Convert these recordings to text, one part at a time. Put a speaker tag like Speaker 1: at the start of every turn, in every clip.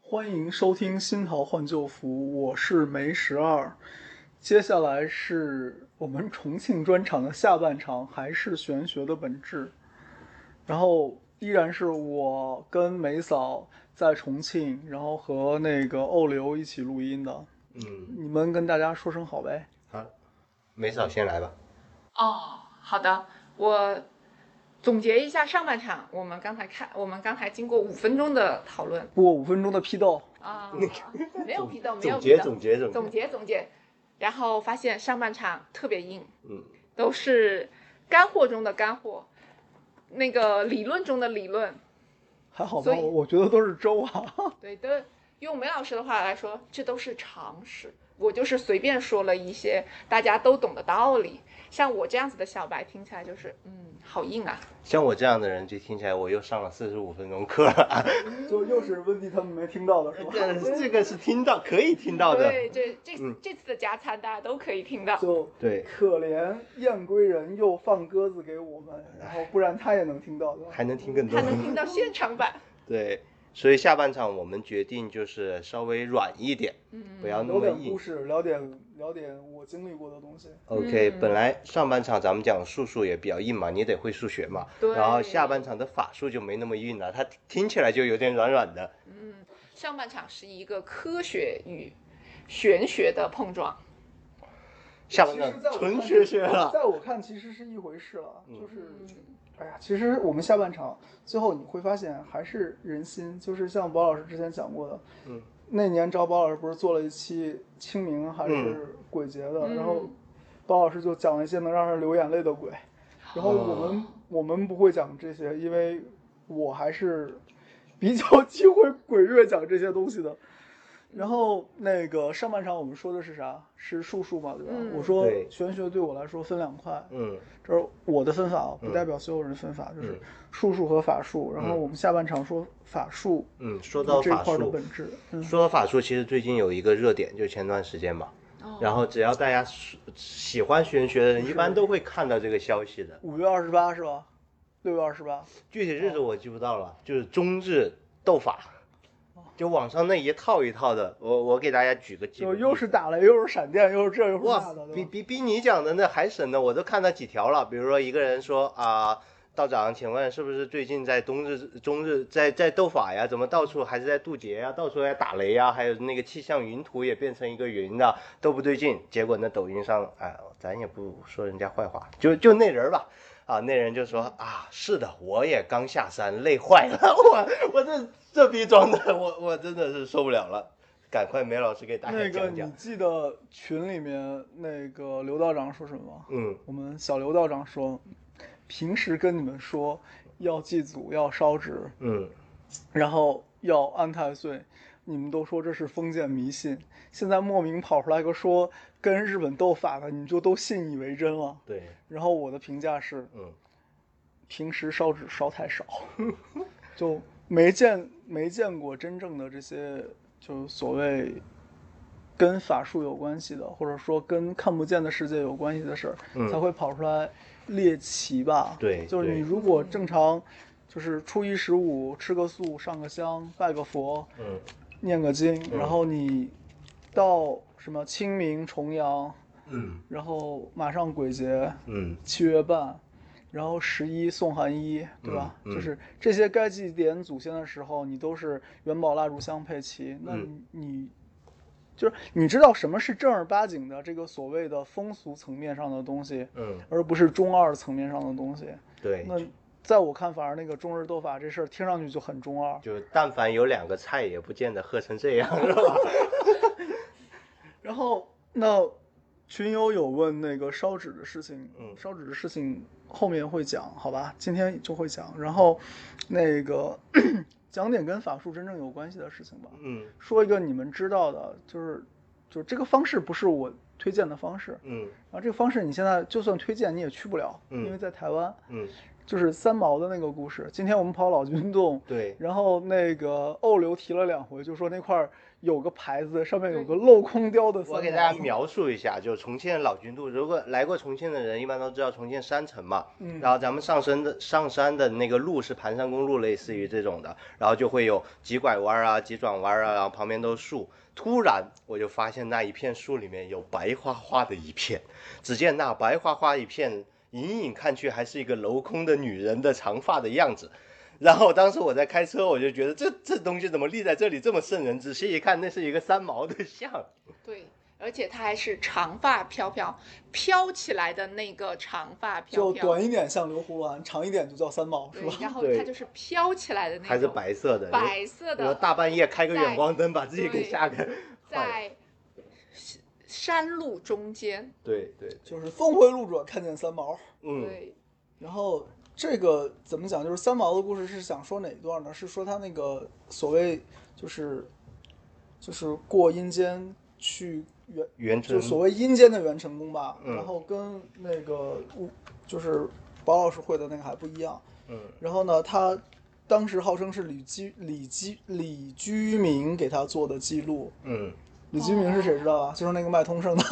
Speaker 1: 欢迎收听《新桃换旧符》，我是梅十二。接下来是我们重庆专场的下半场，还是玄学的本质。然后依然是我跟梅嫂在重庆，然后和那个欧刘一起录音的。
Speaker 2: 嗯，
Speaker 1: 你们跟大家说声好呗。
Speaker 2: 好，梅嫂先来吧。
Speaker 3: 哦，好的，我总结一下上半场，我们刚才看，我们刚才经过五分钟的讨论
Speaker 1: 过五分钟的批斗，
Speaker 3: 啊
Speaker 2: 那，
Speaker 3: 没有批斗，没有
Speaker 2: 总
Speaker 3: 批
Speaker 2: 结
Speaker 3: 斗
Speaker 2: 总，结总
Speaker 3: 总
Speaker 2: 结，
Speaker 3: 结总结，然后发现上半场特别硬，
Speaker 2: 嗯，
Speaker 3: 都是干货中的干货，那个理论中的理论，
Speaker 1: 还好吧？
Speaker 3: 所以
Speaker 1: 我我觉得都是粥啊。
Speaker 3: 对的。用梅老师的话来说，这都是常识。我就是随便说了一些大家都懂的道理，像我这样子的小白听起来就是，嗯，好硬啊。
Speaker 2: 像我这样的人，就听起来我又上了四十五分钟课了。
Speaker 1: 就又是温蒂他们没听到的是吧？
Speaker 2: 这这个是听到可以听到的，
Speaker 3: 对，这这、
Speaker 2: 嗯
Speaker 3: 这次的加餐大家都可以听到。
Speaker 1: 就
Speaker 2: 对，
Speaker 1: 可怜燕归人又放鸽子给我们，然后不然他也能听到的。
Speaker 2: 还能听更多
Speaker 3: 他。能听到现场版，
Speaker 2: 对，所以下半场我们决定就是稍微软一点，
Speaker 3: 嗯
Speaker 2: 不要那
Speaker 1: 聊
Speaker 2: 么
Speaker 1: 点故
Speaker 2: 硬。
Speaker 1: 事，聊点聊点我经历过的东西。
Speaker 2: OK，
Speaker 3: 嗯
Speaker 2: 本来上半场咱们讲数数也比较硬嘛，你得会数学嘛。
Speaker 3: 对
Speaker 2: 然后下半场的法术就没那么硬了，它听起来就有点软软的。
Speaker 3: 上半场是一个科学与玄学的碰撞。
Speaker 2: 下半
Speaker 1: 其实在
Speaker 2: 场
Speaker 1: 我
Speaker 2: 纯
Speaker 1: 看
Speaker 2: 学学啊了。
Speaker 1: 在我看，其实是一回事了，就是
Speaker 3: 嗯，
Speaker 1: 哎呀，其实我们下半场最后你会发现还是人心，就是像宝老师之前讲过的，
Speaker 2: 嗯，
Speaker 1: 那年找宝老师不是做了一期清明还是鬼节的，
Speaker 3: 嗯
Speaker 1: 然后包老师就讲了一些能让人流眼泪的鬼，然后我
Speaker 2: 哦
Speaker 1: 们、我们不会讲这些，因为我还是比较忌讳鬼月讲这些东西
Speaker 3: 嗯
Speaker 1: 的。然后那个上半场我们说的是啥？是术数嘛，对吧？
Speaker 3: 嗯
Speaker 1: 我说
Speaker 2: 对
Speaker 1: 玄学对我来说分两块，
Speaker 2: 嗯
Speaker 1: 这是我的分法，啊，不
Speaker 2: 嗯
Speaker 1: 代表所有人的分法，就是
Speaker 2: 嗯
Speaker 1: 术数和法术。然后
Speaker 2: 嗯
Speaker 1: 我们下半场说法术
Speaker 2: 嗯，说到
Speaker 1: 这
Speaker 2: 法
Speaker 1: 块的
Speaker 2: 术，
Speaker 1: 本质，嗯，
Speaker 2: 说到法术，其实最近有一个热点，就前段时间嘛。
Speaker 3: 哦
Speaker 2: 然后只要大家喜喜欢玄学的人，一般都会看到这个消息的。
Speaker 1: 五月二十八是吧？六月二十八，
Speaker 2: 具体日子我记不到了，就是中日斗法，就网上那一套一套的。我我给大家举个几
Speaker 1: 就
Speaker 2: 个，
Speaker 1: 又是。打雷，又是闪电，又是这，又是
Speaker 2: 哇
Speaker 1: 那的，，对
Speaker 2: 比
Speaker 1: 吧？
Speaker 2: 比比你讲的那还神呢！我都看到几条了。比如说一个人说啊、道长，请问是不是最近在冬日中日在在斗法呀？怎么到处还是在渡劫呀？到处在打雷呀？还有那个气象云图也变成一个云的，都不对劲。结果那抖音上，哎，咱也不说人家坏话，就就那人吧。啊，那人就说啊，是的，我也刚下山，累坏了，我我这这逼装的，我我真的是受不了了，赶快梅老师给大家
Speaker 1: 那个，
Speaker 2: 讲
Speaker 1: 你
Speaker 2: 讲，
Speaker 1: 记得群里面那个刘道长说什么吗？
Speaker 2: 嗯。
Speaker 1: 我们小刘道长说，平时跟你们说要祭祖、要烧纸，
Speaker 2: 嗯
Speaker 1: 然后要安太岁，你们都说这是封建迷信。现在莫名跑出来个说跟日本斗法的，你们就都信以为真了。
Speaker 2: 对，
Speaker 1: 然后我的评价是，
Speaker 2: 嗯，
Speaker 1: 平时烧纸烧太少， 就没见没见过真正的这些就所谓跟法术有关系的，或者说跟看不见的世界有关系的事儿，
Speaker 2: 嗯
Speaker 1: 才会跑出来猎奇吧？
Speaker 2: 对
Speaker 1: 就是你
Speaker 2: 对
Speaker 1: 如果正常，就是初一十五吃个素、上个香、拜个佛、
Speaker 2: 嗯
Speaker 1: 念个经，然后你到什么清明、重阳，
Speaker 2: 嗯
Speaker 1: 然后马上鬼节，
Speaker 2: 嗯
Speaker 1: 七月半，然后十一送寒衣，对吧？
Speaker 2: 嗯嗯
Speaker 1: 就是这些该祭奠祖先的时候，你都是元宝蜡烛香配齐。那你,、
Speaker 2: 嗯
Speaker 1: 你就是你知道什么是正儿八经的这个所谓的风俗层面上的东西，
Speaker 2: 嗯，
Speaker 1: 而不是中二层面上的东西。
Speaker 2: 对，
Speaker 1: 那在我看，反而那个中日斗法这事儿听上去就很中二。
Speaker 2: 就但凡有两个菜，也不见得喝成这样，是吧？
Speaker 1: 然后那群友有问那个烧纸的事情，
Speaker 2: 嗯
Speaker 1: 烧纸的事情后面会讲，好吧，今天就会讲。然后那个讲点跟法术真正有关系的事情吧，
Speaker 2: 嗯
Speaker 1: 说一个你们知道的，就是就是这个方式不是我推荐的方式，
Speaker 2: 嗯
Speaker 1: 然后这个方式你现在就算推荐你也去不了，
Speaker 2: 嗯
Speaker 1: 因为在台湾
Speaker 2: 嗯，
Speaker 1: 就是三毛的那个故事。今天我们跑老君洞，
Speaker 2: 对，
Speaker 1: 然后那个欧流提了两回，就说那块儿有个牌子，上面有个镂空雕的三毛。
Speaker 2: 我给大家描述一下，就是重庆的老君渡。如果来过重庆的人，一般都知道重庆山城嘛。
Speaker 1: 嗯
Speaker 2: 然后咱们上山的上山的那个路是盘山公路，类似于这种的，然后就会有急拐弯啊、急转弯啊，然后旁边都是树。突然我就发现那一片树里面有白花花的一片，只见那白花花一片，隐隐看去还是一个镂空的女人的长发的样子。然后当时我在开车，我就觉得这这东西怎么立在这里这么瘆人？仔细一看，那是一个三毛的像。
Speaker 3: 对，而且它还是长发飘飘，飘起来的那个长发飘
Speaker 1: 就
Speaker 3: 飘，
Speaker 1: 短一点像刘胡兰，长一点就叫三毛，是
Speaker 3: 对
Speaker 1: 吧？
Speaker 3: 然后
Speaker 2: 对
Speaker 3: 它就是飘起来的那种，
Speaker 2: 还是白色的，
Speaker 3: 白色
Speaker 2: 然后
Speaker 3: 的，
Speaker 2: 大半夜开个远光灯把自己给吓个，坏了
Speaker 3: 在山路中间，
Speaker 2: 对对，
Speaker 1: 就是峰回路转看见三毛。
Speaker 2: 嗯，
Speaker 3: 对，
Speaker 1: 然后这个怎么讲？就是三毛的故事是想说哪一段呢？是说他那个所谓就是就是过阴间去元，
Speaker 2: 元
Speaker 1: 就
Speaker 2: 春
Speaker 1: 是所谓阴间的元成功吧。
Speaker 2: 嗯
Speaker 1: 然后跟那个乌就是包老师会的那个还不一样。
Speaker 2: 嗯
Speaker 1: 然后呢，他当时号称是李居李居李居明给他做的记录。
Speaker 2: 嗯，
Speaker 1: 李居明是谁知道吧？就是那个卖通胜的。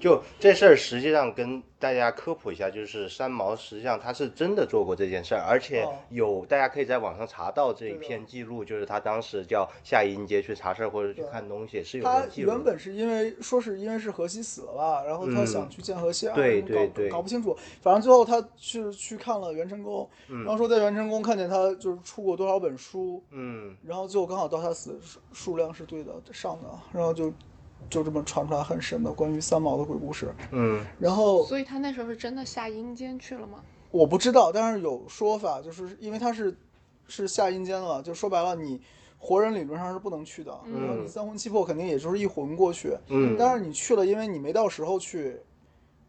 Speaker 2: 就这事儿实际上跟大家科普一下，就是三毛实际上他是真的做过这件事儿，而且
Speaker 1: 哦
Speaker 2: 有大家可以在网上查到这一
Speaker 1: 对的
Speaker 2: 篇记录，就是他当时叫夏银街去查事儿或者去
Speaker 1: 对
Speaker 2: 看东西是有这
Speaker 1: 他
Speaker 2: 个记录
Speaker 1: 原
Speaker 2: 的，
Speaker 1: 本是因为说是因为是荷西死了吧，然后他
Speaker 2: 嗯
Speaker 1: 想去见荷西啊，
Speaker 2: 对
Speaker 1: 搞
Speaker 2: 对对
Speaker 1: 搞不清楚，反正最后他是去看了袁成功，然后说在袁成功看见他就是出过多少本书，
Speaker 2: 嗯
Speaker 1: 然后最后刚好到他死数数量是对的上的，啊然后就就这么传出来很神的关于三毛的鬼故事。
Speaker 2: 嗯
Speaker 1: 然后
Speaker 3: 所以他那时候是真的下阴间去了吗？
Speaker 1: 我不知道，但是有说法就是因为他是是下阴间了，就说白了你活人理论上是不能去的，然后你三魂七魄肯定也就是一魂过去。
Speaker 2: 嗯
Speaker 1: 但是你去了，因为你没到时候去，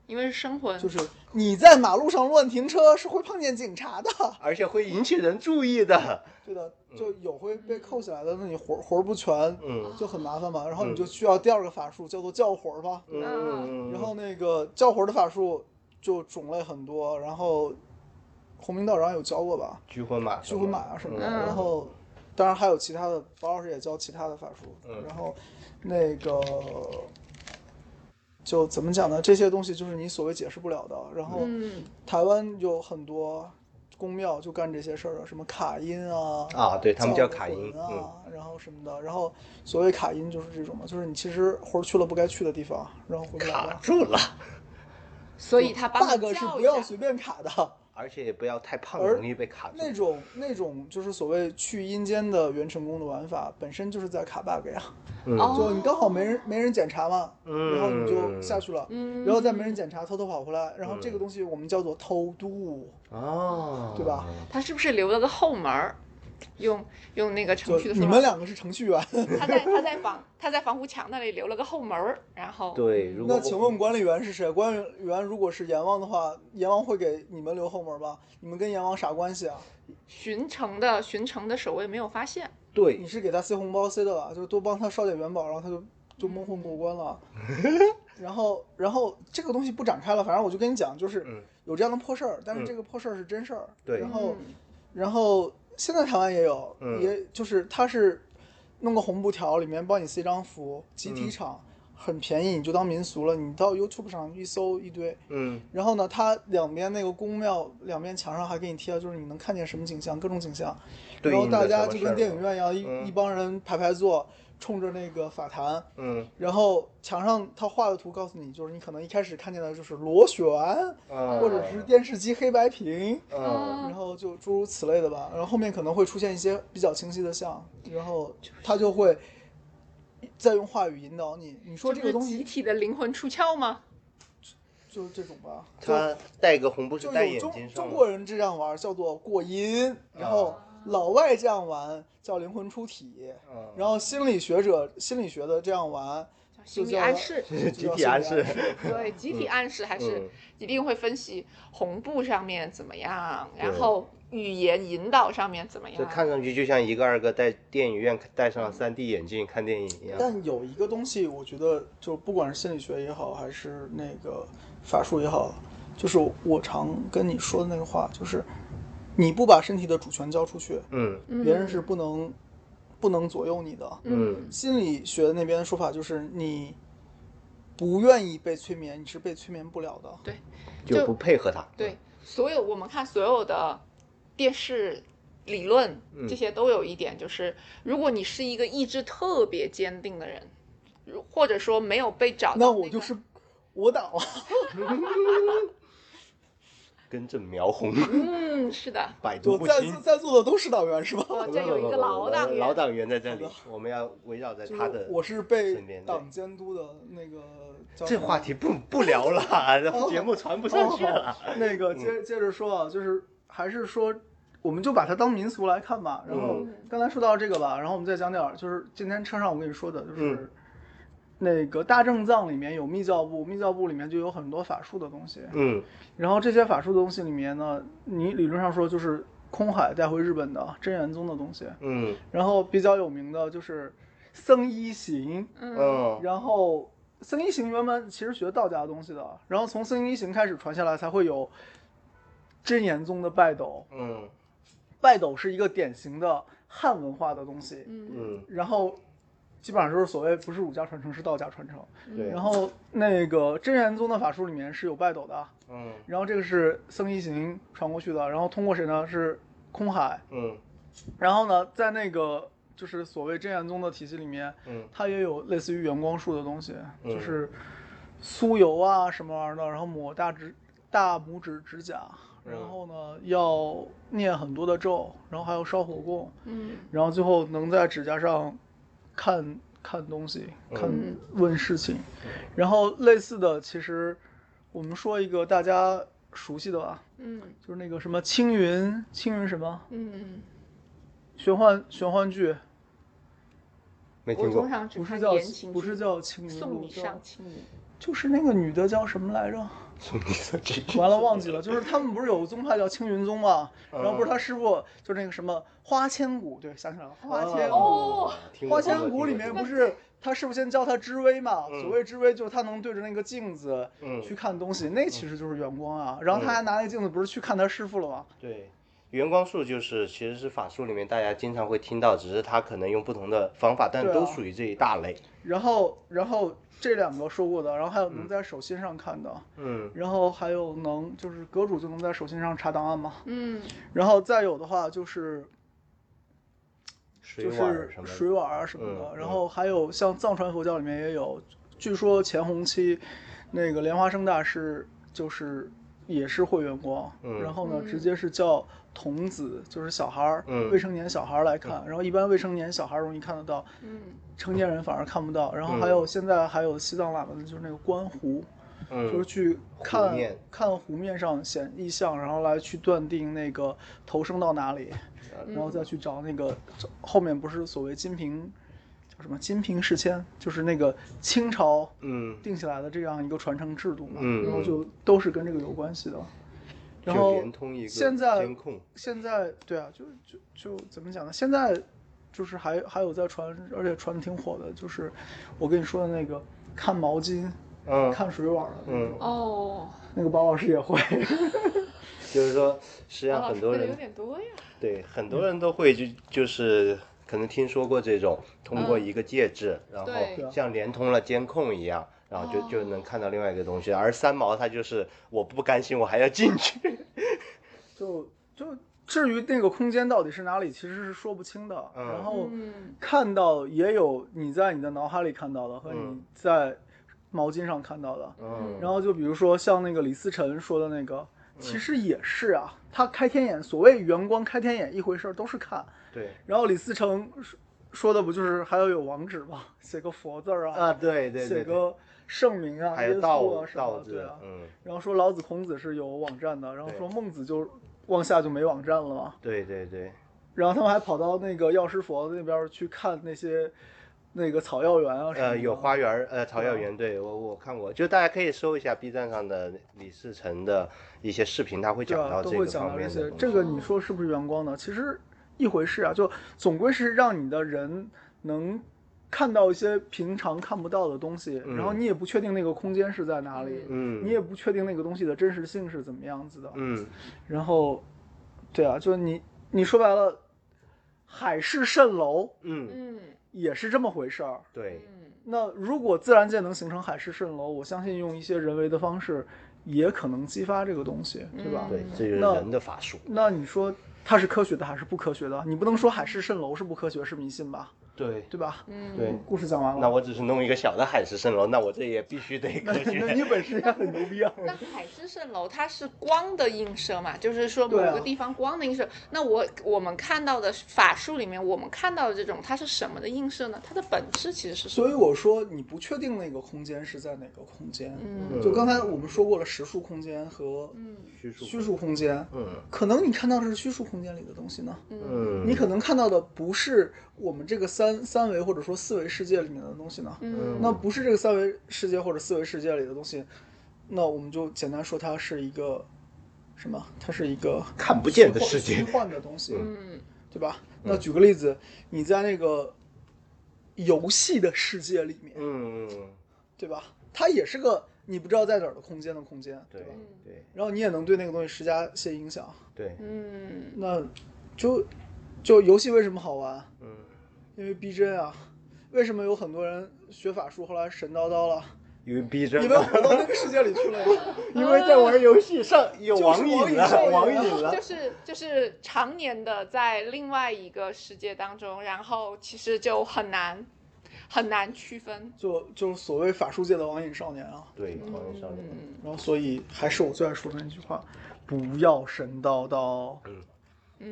Speaker 3: 因为是生魂，
Speaker 1: 就是你在马路上乱停车是会碰见警察的，
Speaker 2: 而且会引起人注意的，
Speaker 1: 对的，就有会被扣起来的，那你魂魂儿不全，
Speaker 2: 嗯
Speaker 1: 就很麻烦嘛。然后你就需要第二个法术，叫做叫魂儿吧。
Speaker 2: 嗯嗯，嗯
Speaker 1: 然后那个叫魂儿的法术就种类很多，然后洪明道长有教过吧，
Speaker 2: 拘魂马什
Speaker 1: 驱
Speaker 2: 么的，
Speaker 1: 魂马啊什么的。
Speaker 2: 嗯
Speaker 1: 然后当然还有其他的，包老师也教其他的法术。
Speaker 2: 嗯
Speaker 1: 然后那个就怎么讲呢？这些东西就是你所谓解释不了的。然后。
Speaker 3: 嗯，
Speaker 1: 台湾有很多宫庙就干这些事儿了，什么卡音啊，
Speaker 2: 啊，对他们叫
Speaker 1: 造
Speaker 2: 卡因，
Speaker 1: 魂
Speaker 2: 嗯。
Speaker 1: 啊，然后什么的，然后所谓卡音就是这种嘛，就是你其实魂儿去了不该去的地方，然后回不来
Speaker 2: 卡
Speaker 1: 了。
Speaker 2: 住了，
Speaker 3: 所以他帮
Speaker 1: bug
Speaker 3: 你
Speaker 1: 是
Speaker 3: 叫
Speaker 1: 不
Speaker 3: 一
Speaker 1: 要
Speaker 3: 下
Speaker 1: 随，便卡的，
Speaker 2: 而且也不要太胖，
Speaker 1: 而
Speaker 2: 容易被卡住。
Speaker 1: 那种那种就是所谓去阴间的元成功的玩法，本身就是在卡 bug 呀，
Speaker 2: 嗯
Speaker 1: 就
Speaker 3: 哦，
Speaker 1: 你刚好没人没人检查嘛，然后你就下去了，
Speaker 3: 嗯，
Speaker 1: 然后再没人检查偷偷跑回来，然后这
Speaker 2: 嗯
Speaker 1: 个东西我们叫做偷渡，
Speaker 2: 哦，
Speaker 1: 对吧？
Speaker 3: 他是不是留了个后门儿？用用那个
Speaker 1: 就
Speaker 3: 程序的
Speaker 1: 你
Speaker 3: 说
Speaker 1: 们
Speaker 3: 法，
Speaker 1: 两个是程序员。
Speaker 3: 他在他在防他在防护墙那里留了个后门儿，然后
Speaker 2: 对，如果
Speaker 1: 那请问管理员是谁？管理员如果是阎王的话，阎王会给你们留后门吧？你们跟阎王啥关系啊？
Speaker 3: 巡城的巡城的守卫没有发现，
Speaker 2: 对
Speaker 1: 你是给他塞红包塞的吧？就是多帮他烧点元宝，然后他就就蒙混过关 了。然后，然后这个东西不展开了，反正我就跟你讲，就是
Speaker 2: 嗯
Speaker 1: 有这样的破事儿，但
Speaker 2: 嗯
Speaker 1: 是这个破事儿是真事儿。
Speaker 2: 对
Speaker 1: 然后，
Speaker 3: 嗯
Speaker 1: 然后现在台湾也有，
Speaker 2: 嗯
Speaker 1: 也就是他是弄个红布条，里面帮你塞张符，集
Speaker 2: 嗯
Speaker 1: 体场。很便宜，你就当民俗了。你到 YouTube 上一搜一堆，
Speaker 2: 嗯
Speaker 1: 然后呢，它两边那个宫庙两边墙上还给你贴了，就是你能看见什么景象，各种景象。
Speaker 2: 对
Speaker 1: 然后
Speaker 2: 应的
Speaker 1: 大家
Speaker 2: 什么
Speaker 1: 就
Speaker 2: 事儿
Speaker 1: 跟电影
Speaker 2: 嘛
Speaker 1: 院一样，一、
Speaker 2: 嗯
Speaker 1: 一帮人排排坐，冲着那个法坛。
Speaker 2: 嗯
Speaker 1: 然后墙上他画的图告诉你，就是你可能一开始看见的就是螺旋，
Speaker 2: 啊，
Speaker 1: 或者是电视机黑白屏，
Speaker 3: 哦
Speaker 2: 嗯
Speaker 1: 然后就诸如此类的吧。然后后面可能会出现一些比较清晰的像，然后他就会再用话语引导你。你说这个
Speaker 3: 是
Speaker 1: 东
Speaker 3: 集
Speaker 1: 西
Speaker 3: 体的灵魂出窍吗？
Speaker 1: 就是这种吧，就
Speaker 2: 他戴个红布是
Speaker 1: 就
Speaker 2: 戴
Speaker 1: 有
Speaker 2: 眼
Speaker 1: 中
Speaker 2: 睛上
Speaker 1: 中
Speaker 2: 的，
Speaker 1: 国人这样玩儿叫做过阴，然后
Speaker 2: 啊
Speaker 1: 老外这样玩叫灵魂出体，
Speaker 2: 嗯
Speaker 1: 然后心理学者心理学的这样玩
Speaker 3: 叫
Speaker 1: 就
Speaker 3: 心理
Speaker 1: 叫
Speaker 3: 暗示，
Speaker 1: 就
Speaker 2: 集
Speaker 1: 叫
Speaker 2: 体暗
Speaker 1: 心理
Speaker 2: 示
Speaker 3: 对，集体暗示还是
Speaker 2: 嗯
Speaker 3: 一定会分析红布上面怎么样，
Speaker 2: 对
Speaker 3: 然后语言引导上面怎么
Speaker 2: 这
Speaker 3: 样。
Speaker 2: 看上去就像一个二个在电影院戴上了 3D 眼镜看电影一样。
Speaker 1: 但有一个东西，我觉得就不管是心理学也好，还是那个法术也好，就是我常跟你说的那个话，就是你不把身体的主权交出去，
Speaker 2: 嗯
Speaker 3: 嗯
Speaker 1: 别人是不能不能左右你的。
Speaker 2: 嗯
Speaker 1: 心理学那边的说法就是，你不愿意被催眠，你是被催眠不了的。
Speaker 2: 就不配合他。
Speaker 3: 对，所有我们看所有的电视理论，
Speaker 2: 嗯
Speaker 3: 这些都有一点，就是如果你是一个意志特别坚定的人，如或者说没有被找到、
Speaker 1: 那我就是我党了。
Speaker 2: 根正 苗红，
Speaker 3: 嗯，是的，
Speaker 2: 百毒
Speaker 1: 我
Speaker 2: 不
Speaker 1: 在
Speaker 2: 侵。
Speaker 1: 在座的都是党员是吧？
Speaker 3: 哦，这有一个老党员，
Speaker 2: 老党员在这里，我们要围绕在他的。
Speaker 1: 我是被
Speaker 2: 身边对
Speaker 1: 党监督的那个叫什
Speaker 2: 这
Speaker 1: 么
Speaker 2: 话题不不聊了，
Speaker 1: 哦
Speaker 2: 节目传不上去了。
Speaker 1: 那
Speaker 2: 嗯
Speaker 1: 个接接着说啊，就是还是说，我们就把它当民俗来看吧。然后
Speaker 3: 嗯
Speaker 1: 刚才说到这个吧，然后我们再讲点儿，就是今天车上我跟你说的，就是
Speaker 2: 嗯
Speaker 1: 那个大正藏里面有密教部，密教部里面就有很多法术的东西。
Speaker 2: 嗯
Speaker 1: 然后这些法术的东西里面呢，你理论上说就是空海带回日本的真元宗的东西。
Speaker 2: 嗯
Speaker 1: 然后比较有名的就是僧一行，
Speaker 3: 嗯
Speaker 2: 嗯
Speaker 1: 然后僧一行原本其实学道家的东西的，然后从僧一行开始传下来，才会有真言宗的拜斗。
Speaker 2: 嗯
Speaker 1: 拜斗是一个典型的汉文化的东西，
Speaker 3: 嗯
Speaker 2: 嗯，
Speaker 1: 然后基本上就是所谓不是儒家传承，是道家传承。
Speaker 3: 嗯
Speaker 2: 对。
Speaker 1: 然后那个真言宗的法术里面是有拜斗的，啊
Speaker 2: 嗯
Speaker 1: 然后这个是僧一行传过去的，然后通过谁呢？是空海。
Speaker 2: 嗯
Speaker 1: 然后呢，在那个就是所谓真言宗的体系里面，
Speaker 2: 嗯
Speaker 1: 它也有类似于圆光术的东西，
Speaker 2: 嗯
Speaker 1: 就是酥油啊什么玩意儿的，然后抹大指大拇指指甲，然
Speaker 2: 嗯
Speaker 1: 后呢要念很多的咒，然后还有烧火供，
Speaker 3: 嗯
Speaker 1: 然后最后能在指甲上看看东西，看
Speaker 3: 嗯
Speaker 1: 问事情，
Speaker 2: 嗯
Speaker 1: 然后类似的其实我们说一个大家熟悉的吧，
Speaker 3: 嗯
Speaker 1: 就是那个什么青云青云什么
Speaker 3: 嗯，
Speaker 1: 玄幻玄幻剧，
Speaker 2: 没
Speaker 3: 嗯我
Speaker 2: 听过
Speaker 3: 通。常只
Speaker 1: 不是
Speaker 3: 看
Speaker 1: 叫
Speaker 3: 言情剧，
Speaker 1: 不是叫青云
Speaker 3: 送
Speaker 1: 路，
Speaker 3: 你
Speaker 1: 叫
Speaker 3: 上青云，
Speaker 1: 就是那个女的叫什么来 着？
Speaker 2: 送你的这句
Speaker 1: 完了忘记了，就是他们不是有个宗派叫青云宗嘛，
Speaker 2: 嗯
Speaker 1: 然后不是他师傅就是那个什么花千骨，对，想起来了，
Speaker 2: 嗯
Speaker 1: 花千骨。
Speaker 3: 哦
Speaker 2: 听过
Speaker 1: 花千骨里面不是他师傅先教他知微嘛？所谓知微就是他能对着那个镜子
Speaker 2: 嗯
Speaker 1: 去看东西，那其实就是远光啊。然后他还拿那个镜子不是去看他师傅了吗？
Speaker 2: 对，圆光术就是其实是法术里面大家经常会听到，只是它可能用不同的方法，但
Speaker 1: 对啊
Speaker 2: 都属于这一大类。
Speaker 1: 然后，然后这两个说过的，然后还有能在手心上看的，
Speaker 2: 嗯
Speaker 1: 然后还有能就是阁主就能在手心上查档案嘛。
Speaker 3: 嗯
Speaker 1: 然后再有的话就是
Speaker 2: 水
Speaker 1: 就
Speaker 2: 碗儿
Speaker 1: 是
Speaker 2: 什么的
Speaker 1: 水碗啊什么的，
Speaker 2: 嗯
Speaker 1: 然后还有像藏传佛教里面也有，据说前弘期那个莲花生大师就是也是会员光，
Speaker 2: 嗯
Speaker 1: 然后呢
Speaker 3: 嗯
Speaker 1: 直接是叫童子，就是小孩儿、
Speaker 2: 嗯
Speaker 1: 未成年小孩儿来看，然后一般未成年小孩儿容易看得到，
Speaker 3: 嗯
Speaker 1: 成年人反而看不到。然后
Speaker 2: 嗯
Speaker 1: 还有现在还有西藏喇嘛的就是那个观湖，就是
Speaker 2: 嗯
Speaker 1: 去看
Speaker 2: 湖面
Speaker 1: 看湖面上显意象，然后来去断定那个投生到哪里，
Speaker 3: 嗯
Speaker 1: 然后再去找那个找后面不是所谓金瓶叫什么金瓶世迁，就是那个清朝
Speaker 2: 嗯，
Speaker 1: 定下来的这样一个传承制度嘛，
Speaker 2: 嗯
Speaker 1: 然后就都是跟这个有关系的。然
Speaker 2: 就
Speaker 1: 后
Speaker 2: 连通一个
Speaker 1: 现在
Speaker 2: 监控。
Speaker 1: 现在对啊，就就就怎么讲呢？现在就是还还有在传，而且传的挺火的，就是我跟你说的那个看毛巾、
Speaker 2: 嗯，
Speaker 1: 看水碗的那种，
Speaker 3: 哦，
Speaker 1: 那个包老师也会。
Speaker 2: 就是说，实际上
Speaker 3: 老
Speaker 2: 很
Speaker 3: 师
Speaker 2: 多
Speaker 3: 会的啊有
Speaker 2: 人
Speaker 3: 点多呀，
Speaker 2: 对很多人都会就就是可能听说过这种，通
Speaker 1: 嗯
Speaker 2: 过一个介质，然
Speaker 3: 对
Speaker 2: 后像连通了监控一样。然后就
Speaker 3: 哦
Speaker 2: 就能看到另外一个东西，而三毛他就是我不甘心，我还要进去。
Speaker 1: 就就至于那个空间到底是哪里，其实是说不清的。
Speaker 2: 嗯
Speaker 1: 然后
Speaker 3: 嗯
Speaker 1: 看到也有你在你的脑海里看到的和你
Speaker 2: 嗯
Speaker 1: 在毛巾上看到的。
Speaker 2: 嗯
Speaker 1: 然后就比如说像那个李思晨说的那个，其实也是啊，他开天眼，所谓圆光开天眼一回事儿，都是看。
Speaker 2: 对
Speaker 1: 然后李思成说说的不就是还要有网址吗？ 写个佛字儿啊，
Speaker 2: 啊，对对
Speaker 1: 写
Speaker 2: 对对，
Speaker 1: 个圣名啊，
Speaker 2: 还
Speaker 1: 耶
Speaker 2: 有
Speaker 1: 稣
Speaker 2: 道
Speaker 1: 啊什么
Speaker 2: 道
Speaker 1: 的，对
Speaker 2: 字
Speaker 1: 啊，。
Speaker 2: 嗯，
Speaker 1: 然后说老子、孔子是有网站的，然后
Speaker 2: 对
Speaker 1: 说孟子就往下就没网站了嘛。
Speaker 2: 对对对，
Speaker 1: 然后他们还跑到那个药师佛那边儿去看那些那个草药园啊什么的。
Speaker 2: 呃，有花园儿，呃，草药
Speaker 1: 对啊
Speaker 2: 园，对我我看过，就大家可以搜一下 B 站上的李世成的一些视频，他会
Speaker 1: 对
Speaker 2: 讲
Speaker 1: 啊，
Speaker 2: 到
Speaker 1: 都
Speaker 2: 这
Speaker 1: 会
Speaker 2: 个
Speaker 1: 讲
Speaker 2: 方
Speaker 1: 到这
Speaker 2: 面
Speaker 1: 些
Speaker 2: 的。。
Speaker 1: 这个你说是不是阳光呢？其实一回事啊，就总归是让你的人能看到一些平常看不到的东西，
Speaker 2: 嗯
Speaker 1: 然后你也不确定那个空间是在哪里，
Speaker 2: 嗯，
Speaker 1: 你也不确定那个东西的真实性是怎么样子的。
Speaker 2: 嗯
Speaker 1: 然后，对啊，就你你说白了，海市蜃楼
Speaker 2: 嗯，
Speaker 3: 嗯
Speaker 1: 也是这么回事儿。
Speaker 2: 对，
Speaker 3: 嗯，
Speaker 1: 那如果自然界能形成海市蜃楼，我相信用一些人为的方式，也可能激发这个东西，对吧？
Speaker 2: 对
Speaker 3: 嗯，
Speaker 2: 这就是
Speaker 1: 那
Speaker 2: 人的法术。
Speaker 1: 那你说它是科学的还是不科学的？你不能说海市蜃楼是不科学是迷信吧？
Speaker 2: 对
Speaker 1: 对吧？
Speaker 3: 嗯
Speaker 2: 对，
Speaker 1: 故事讲完了。
Speaker 2: 那我只是弄一个小的海市蜃楼，那我这也必须得科
Speaker 1: 那
Speaker 2: 学。
Speaker 1: 你本事也很牛逼啊！
Speaker 3: 那海市蜃楼它是光的映射嘛，就是说某
Speaker 1: 对啊
Speaker 3: 个地方光的映射。那我我们看到的法术里面，我们看到的这种它是什么的映射呢？它的本质其实是什么？
Speaker 1: 所以我说你不确定那个空间是在哪个空间。
Speaker 3: 嗯
Speaker 1: 就刚才我们说过了，实数空间和
Speaker 3: 嗯
Speaker 2: 虚数
Speaker 1: 虚数空间，
Speaker 2: 嗯
Speaker 1: 可能你看到的是虚数空间里的东西呢。
Speaker 3: 嗯
Speaker 2: 嗯，
Speaker 1: 你可能看到的不是我们这个三三维或者说四维世界里面的东西呢，
Speaker 3: 嗯
Speaker 1: 那不是这个三维世界或者四维世界里的东西，那我们就简单说它是一个什么？它是一个
Speaker 2: 看不见的
Speaker 1: 虚幻
Speaker 2: 世界
Speaker 1: 虚。幻的东西，
Speaker 3: 嗯
Speaker 1: 对吧？那举个例子，你在那个游戏的世界里面，
Speaker 2: 嗯，嗯
Speaker 1: 对吧？它也是个你不知道在哪儿的空间的空间，对
Speaker 2: 对
Speaker 1: 吧？
Speaker 2: 对
Speaker 1: 然后你也能对那个东西施加一些影响，
Speaker 2: 对，
Speaker 3: 嗯
Speaker 1: 那就就游戏为什么好玩？
Speaker 2: 嗯，
Speaker 1: 因为逼真啊。为什么有很多人学法术后来神叨叨了？
Speaker 2: 因为逼真
Speaker 1: 因为跑到那个世界里去了呀。
Speaker 2: 因为在玩游戏上有
Speaker 1: 就是
Speaker 2: 网
Speaker 1: 网
Speaker 2: 瘾
Speaker 1: 瘾
Speaker 2: 了，
Speaker 1: 上
Speaker 2: 网
Speaker 1: 瘾
Speaker 2: 瘾了
Speaker 3: 就。是就是常年的在另外一个世界当中，然后其实就很难很难区分。
Speaker 1: 就就是所谓法术界的网瘾少年啊。
Speaker 2: 对，
Speaker 3: 嗯
Speaker 2: 网瘾少年。
Speaker 1: 然后所以还是我最爱说的那句话：不要神叨叨。
Speaker 3: 嗯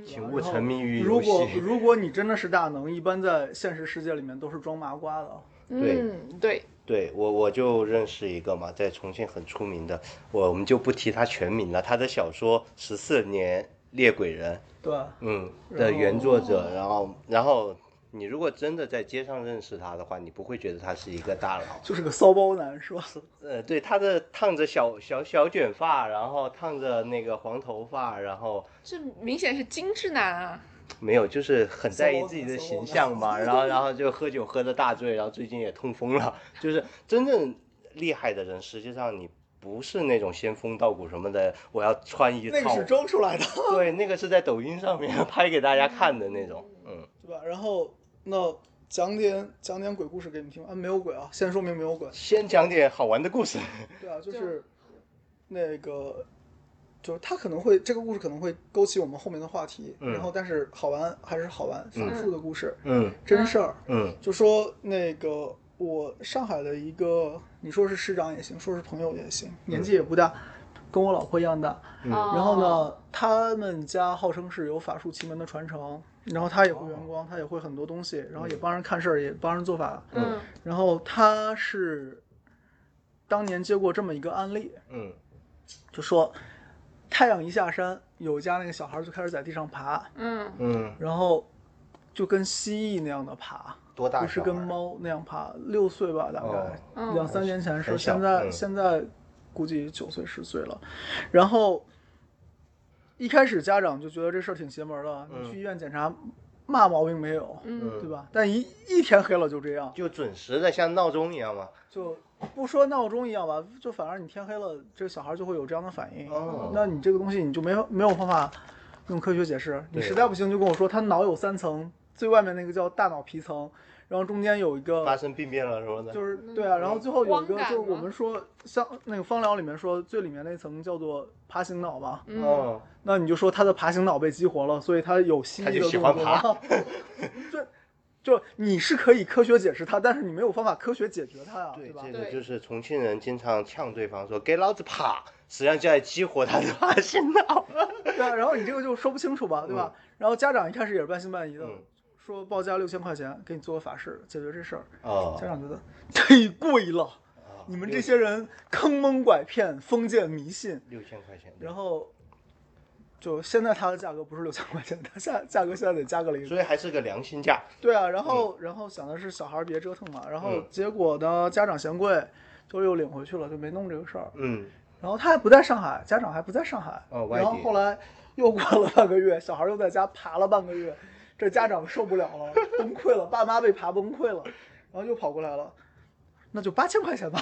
Speaker 2: 请勿沉迷于
Speaker 1: 如
Speaker 2: 游
Speaker 1: 果
Speaker 2: 戏。
Speaker 1: 如果你真的是大能，一般在现实世界里面都是装麻瓜的。
Speaker 2: 对
Speaker 3: 嗯对，
Speaker 2: 对我我就认识一个嘛，在重庆很出名的，我我们就不提他全名了。他的小说《十四年猎鬼人》，
Speaker 1: 对，
Speaker 2: 嗯
Speaker 1: 然
Speaker 2: 的原作
Speaker 1: 后
Speaker 2: 者，然后然后你如果真的在街上认识他的话，你不会觉得他是一个大佬。
Speaker 1: 就是个骚包男是吧？
Speaker 2: 呃，对，他的烫着小小小卷发，然后烫着那个黄头发，然后
Speaker 3: 这明显是精致男啊。
Speaker 2: 没有，就是很在意自己的形 象嘛，然后然 后就喝酒喝的大醉，然后最近也痛风了。就是真正厉害的人，实际上你不是那种仙风道骨什么的，我要穿一
Speaker 1: 那个
Speaker 2: 套
Speaker 1: 是，装出来的，
Speaker 2: 对，那个是在抖音上面拍给大家看的那种，嗯，
Speaker 1: 对吧？然后那讲点讲点鬼故事给你们听啊，没有鬼啊，先说明没有鬼。
Speaker 2: 先讲点好玩的故事，
Speaker 1: 对啊，就
Speaker 3: 对
Speaker 1: 是那个，就是他可能会这个故事可能会勾起我们后面的话题，
Speaker 2: 嗯
Speaker 1: 然后但是好玩还是好玩，法术的故事，
Speaker 2: 嗯
Speaker 1: 真事儿。
Speaker 2: 嗯
Speaker 1: 就说那个我上海的一个，你说是师长也行，说是朋友也行，年纪也不大，跟我老婆一样大。
Speaker 2: 嗯
Speaker 1: 然后呢，他们家号称是有法术奇门的传承，然后他也会圆光，他也会很多东西，然后也帮人看事儿，也帮人做法。
Speaker 3: 嗯？
Speaker 1: 然后他是当年接过这么一个案例，
Speaker 2: 嗯
Speaker 1: 就说太阳一下山，有一家那个小孩就开始在地上爬，
Speaker 3: 嗯
Speaker 2: 嗯，
Speaker 1: 然后就跟蜥蜴那样的爬，
Speaker 2: 多大？
Speaker 1: 不是跟。猫那样爬，六岁吧，大
Speaker 2: 哦
Speaker 1: 概、
Speaker 3: 嗯
Speaker 1: 两三年前的事，
Speaker 2: 很小
Speaker 1: 现在、
Speaker 2: 嗯
Speaker 1: 现在估计九岁十岁了，然后。一开始家长就觉得这事儿挺邪门儿的，
Speaker 2: 嗯
Speaker 1: 你去医院检查，嘛毛病没有，
Speaker 3: 嗯
Speaker 1: 对吧？但一一天黑了就这样，
Speaker 2: 就准时的像闹钟一样嘛。
Speaker 1: 就不说闹钟一样吧，就反正你天黑了，这个小孩就会有这样的反应。
Speaker 2: 哦
Speaker 1: 那你这个东西你就没法没有办法用科学解释。你
Speaker 2: 对
Speaker 1: 实在不行就跟我说，他脑有三层，最外面那个叫大脑皮层，然后中间有一
Speaker 2: 哦发
Speaker 1: 个
Speaker 2: 生病变了什么的。
Speaker 1: 就是
Speaker 3: 嗯
Speaker 1: 对啊，然后最后有一个
Speaker 3: 光感
Speaker 1: 就是我
Speaker 3: 吗
Speaker 1: 们说像那个芳疗里面说最里面那层叫做爬行脑嘛，
Speaker 3: 嗯
Speaker 2: 哦，
Speaker 1: 那你就说他的爬行脑被激活了，所以他有蜥蜴
Speaker 2: 他
Speaker 1: 的
Speaker 2: 就喜
Speaker 1: 动
Speaker 2: 欢
Speaker 1: 作吗就 就你是可以科学解释它，但是你没有方法科学解决它呀、
Speaker 2: 对，
Speaker 1: 吧
Speaker 2: 这？个
Speaker 3: 对
Speaker 2: 就是重庆人经常呛对方说“给老子爬”，实际上就在激活他的发心脑。
Speaker 1: 对啊，然后你这个就说不清楚吧，对吧？然后家长一开始也是半信半疑的，
Speaker 2: 嗯，
Speaker 1: 说报价六千块钱给你做个法事解决这事儿。家
Speaker 2: 哦，
Speaker 1: 长觉得忒贵了，
Speaker 2: 哦
Speaker 1: 你们这些人坑蒙拐骗、封建迷信。
Speaker 2: 六六千块钱，
Speaker 1: 然后就现在它的价格不是六千块钱，它价价格现在得加个零。
Speaker 2: 所以还是个良心价。
Speaker 1: 对啊，然后、然后想的是小孩儿别折腾嘛，然后
Speaker 2: 嗯
Speaker 1: 结果呢，家长嫌贵，就又领回去了，就没弄这个事儿。
Speaker 2: 嗯，
Speaker 1: 然后他还不在上海，家长还不在上海。
Speaker 2: 哦外地
Speaker 1: 然后后来又过了半个月， 小孩又在家爬了半个月，这家长受不了了，崩溃了，爸妈被爬崩溃了。然后又跑过来了，那就八千块钱 吧，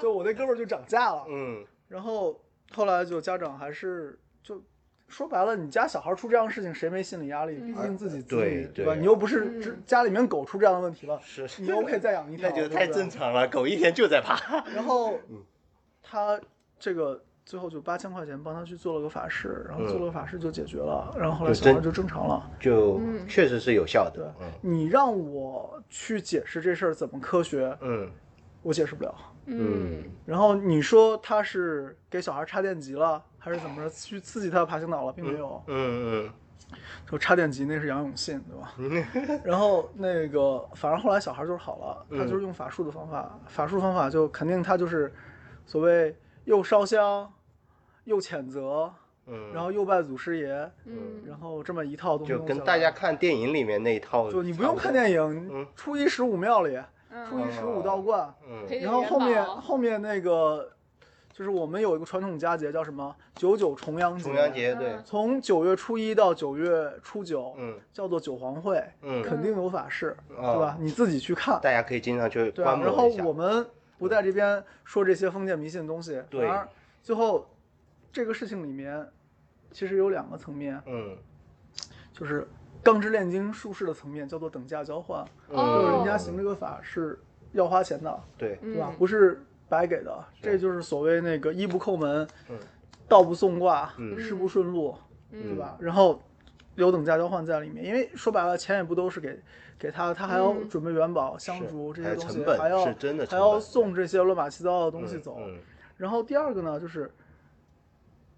Speaker 1: 就我那哥们儿就涨价了。
Speaker 2: 嗯
Speaker 1: 然后后来就家长还是就说白了，你家小孩出这样的事情，谁没心理压力？
Speaker 3: 嗯
Speaker 1: 毕竟自己子
Speaker 2: 对
Speaker 1: 女
Speaker 2: 对
Speaker 1: 吧？你又不是
Speaker 3: 嗯
Speaker 1: 只家里面狗出这样的问题了，
Speaker 2: 是，
Speaker 1: 你 OK 再养一条，
Speaker 2: 那就
Speaker 1: 对不
Speaker 2: 太
Speaker 1: 对
Speaker 2: 正常了，狗一天就在爬。
Speaker 1: 然后
Speaker 2: 嗯
Speaker 1: 他这个最后就八千块钱帮他去做了个法事，然后
Speaker 2: 嗯
Speaker 1: 做了个法事就解决了，然后后来
Speaker 2: 就
Speaker 1: 小孩
Speaker 2: 真
Speaker 1: 就正常了。
Speaker 2: 就
Speaker 3: 嗯
Speaker 2: 确实是有效
Speaker 1: 对
Speaker 2: 的，嗯
Speaker 1: 你让我去解释这事儿怎么科学，
Speaker 2: 嗯
Speaker 1: 我解释不了。
Speaker 3: 嗯，
Speaker 1: 然后你说他是给小孩插电极了，还是怎么着去刺激他的爬行脑了，并没有。
Speaker 2: 嗯
Speaker 1: 就插电极那是杨永信，对
Speaker 2: 嗯
Speaker 1: 吧？ 然后那个，反正后来小孩就是好了，他就是用法术的方法，法术方法就肯定他就是所谓又烧香，又谴责，
Speaker 2: 嗯
Speaker 1: 然
Speaker 2: 嗯，
Speaker 1: 后又拜祖师爷，
Speaker 3: 嗯，
Speaker 1: 然后这么一套东西
Speaker 2: 就
Speaker 1: 弄
Speaker 2: 跟
Speaker 1: 下
Speaker 2: 大
Speaker 1: 来
Speaker 2: 家看电影里面那一套，
Speaker 1: 就你不用看电影
Speaker 2: 嗯，
Speaker 1: 初一十五庙里，初
Speaker 3: 嗯，
Speaker 1: 一十五道观，
Speaker 2: 嗯
Speaker 3: 陪着
Speaker 1: 然后后面
Speaker 3: 元宝
Speaker 1: 后面那个就是我们有一个传统佳节叫什么九九重阳节，
Speaker 2: 重阳节对，
Speaker 1: 从九月初一到九月初九，
Speaker 2: 嗯
Speaker 1: 叫做九皇会，
Speaker 2: 嗯，
Speaker 1: 肯定有法事，
Speaker 2: 对
Speaker 1: 对吧？？你自己去看，
Speaker 2: 大家可以经常去
Speaker 1: 对啊
Speaker 2: 观。
Speaker 1: 然后
Speaker 2: 摩一下。
Speaker 1: 我们不在这边说这些封建迷信的东西，
Speaker 2: 对
Speaker 1: 反而最后这个事情里面其实有两个层面，
Speaker 2: 嗯
Speaker 1: 就是钢之炼金术士的层面叫做等价交换，就
Speaker 3: 哦
Speaker 1: 是人家行这个法是要花钱的，
Speaker 2: 嗯对，
Speaker 1: 对吧
Speaker 3: 嗯？
Speaker 1: 不是白给的，这就是所谓那个衣不叩门，道不送卦，
Speaker 2: 嗯
Speaker 1: 事不顺路，
Speaker 3: 嗯
Speaker 1: 对吧？然后有等价交换在里面，因为说白了，钱也不都是给给他，他还要
Speaker 3: 嗯
Speaker 1: 准备元宝、香
Speaker 2: 是
Speaker 1: 烛这
Speaker 2: 还
Speaker 1: 些
Speaker 2: 有
Speaker 1: 东西，
Speaker 2: 成本
Speaker 1: 还要
Speaker 2: 是真的
Speaker 1: 还
Speaker 2: 成
Speaker 1: 要
Speaker 2: 本
Speaker 1: 送这些乱码七糟的东西走。
Speaker 2: 嗯
Speaker 1: 然后第二个呢，就是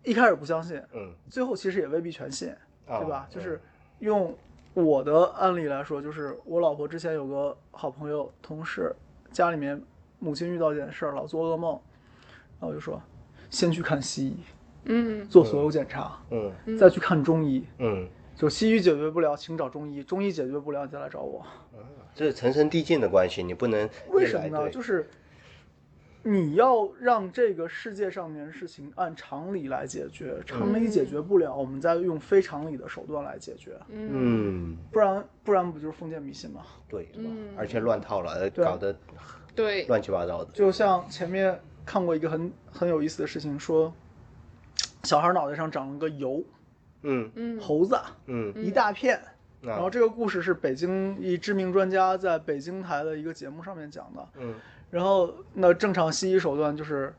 Speaker 1: 一开始不相信，
Speaker 2: 嗯，
Speaker 1: 最后其实也未必全信，
Speaker 2: 啊
Speaker 1: 对吧？就是用我的案例来说，就是我老婆之前有个好朋友、同事，家里面母亲遇到一件事儿，老做噩梦，然后我就说先去看西医，
Speaker 3: 嗯
Speaker 1: 做所有检查，
Speaker 2: 嗯
Speaker 3: 嗯
Speaker 1: 再去看中医。
Speaker 2: 嗯，
Speaker 1: 就西医解决不了，请找中医；中医解决不了，你再来找我。
Speaker 2: 这是层层递进的关系，你不能
Speaker 1: 为
Speaker 2: 一
Speaker 1: 什么
Speaker 2: 来
Speaker 1: 呢？
Speaker 2: 对
Speaker 1: 就是你要让这个世界上面的事情按常理来解决，常理
Speaker 2: 嗯
Speaker 1: 解决不了，我们再用非常理的手段来解决，
Speaker 3: 嗯
Speaker 2: 嗯
Speaker 1: 不然不然不就是封建迷信吗？
Speaker 2: 对，
Speaker 3: 嗯
Speaker 2: 而且乱套了，
Speaker 1: 对啊
Speaker 2: 搞得
Speaker 3: 对，
Speaker 2: 乱七八糟的。
Speaker 1: 就像前面看过一个很很有意思的事情，说小孩脑袋上长了个油
Speaker 2: 嗯
Speaker 3: 嗯
Speaker 1: 猴子
Speaker 2: 嗯，啊
Speaker 1: 一大片。
Speaker 2: 那
Speaker 1: 然后这个故事是北京一知名专家在北京台的一个节目上面讲的，
Speaker 2: 嗯
Speaker 1: 然后那正常西医手段就是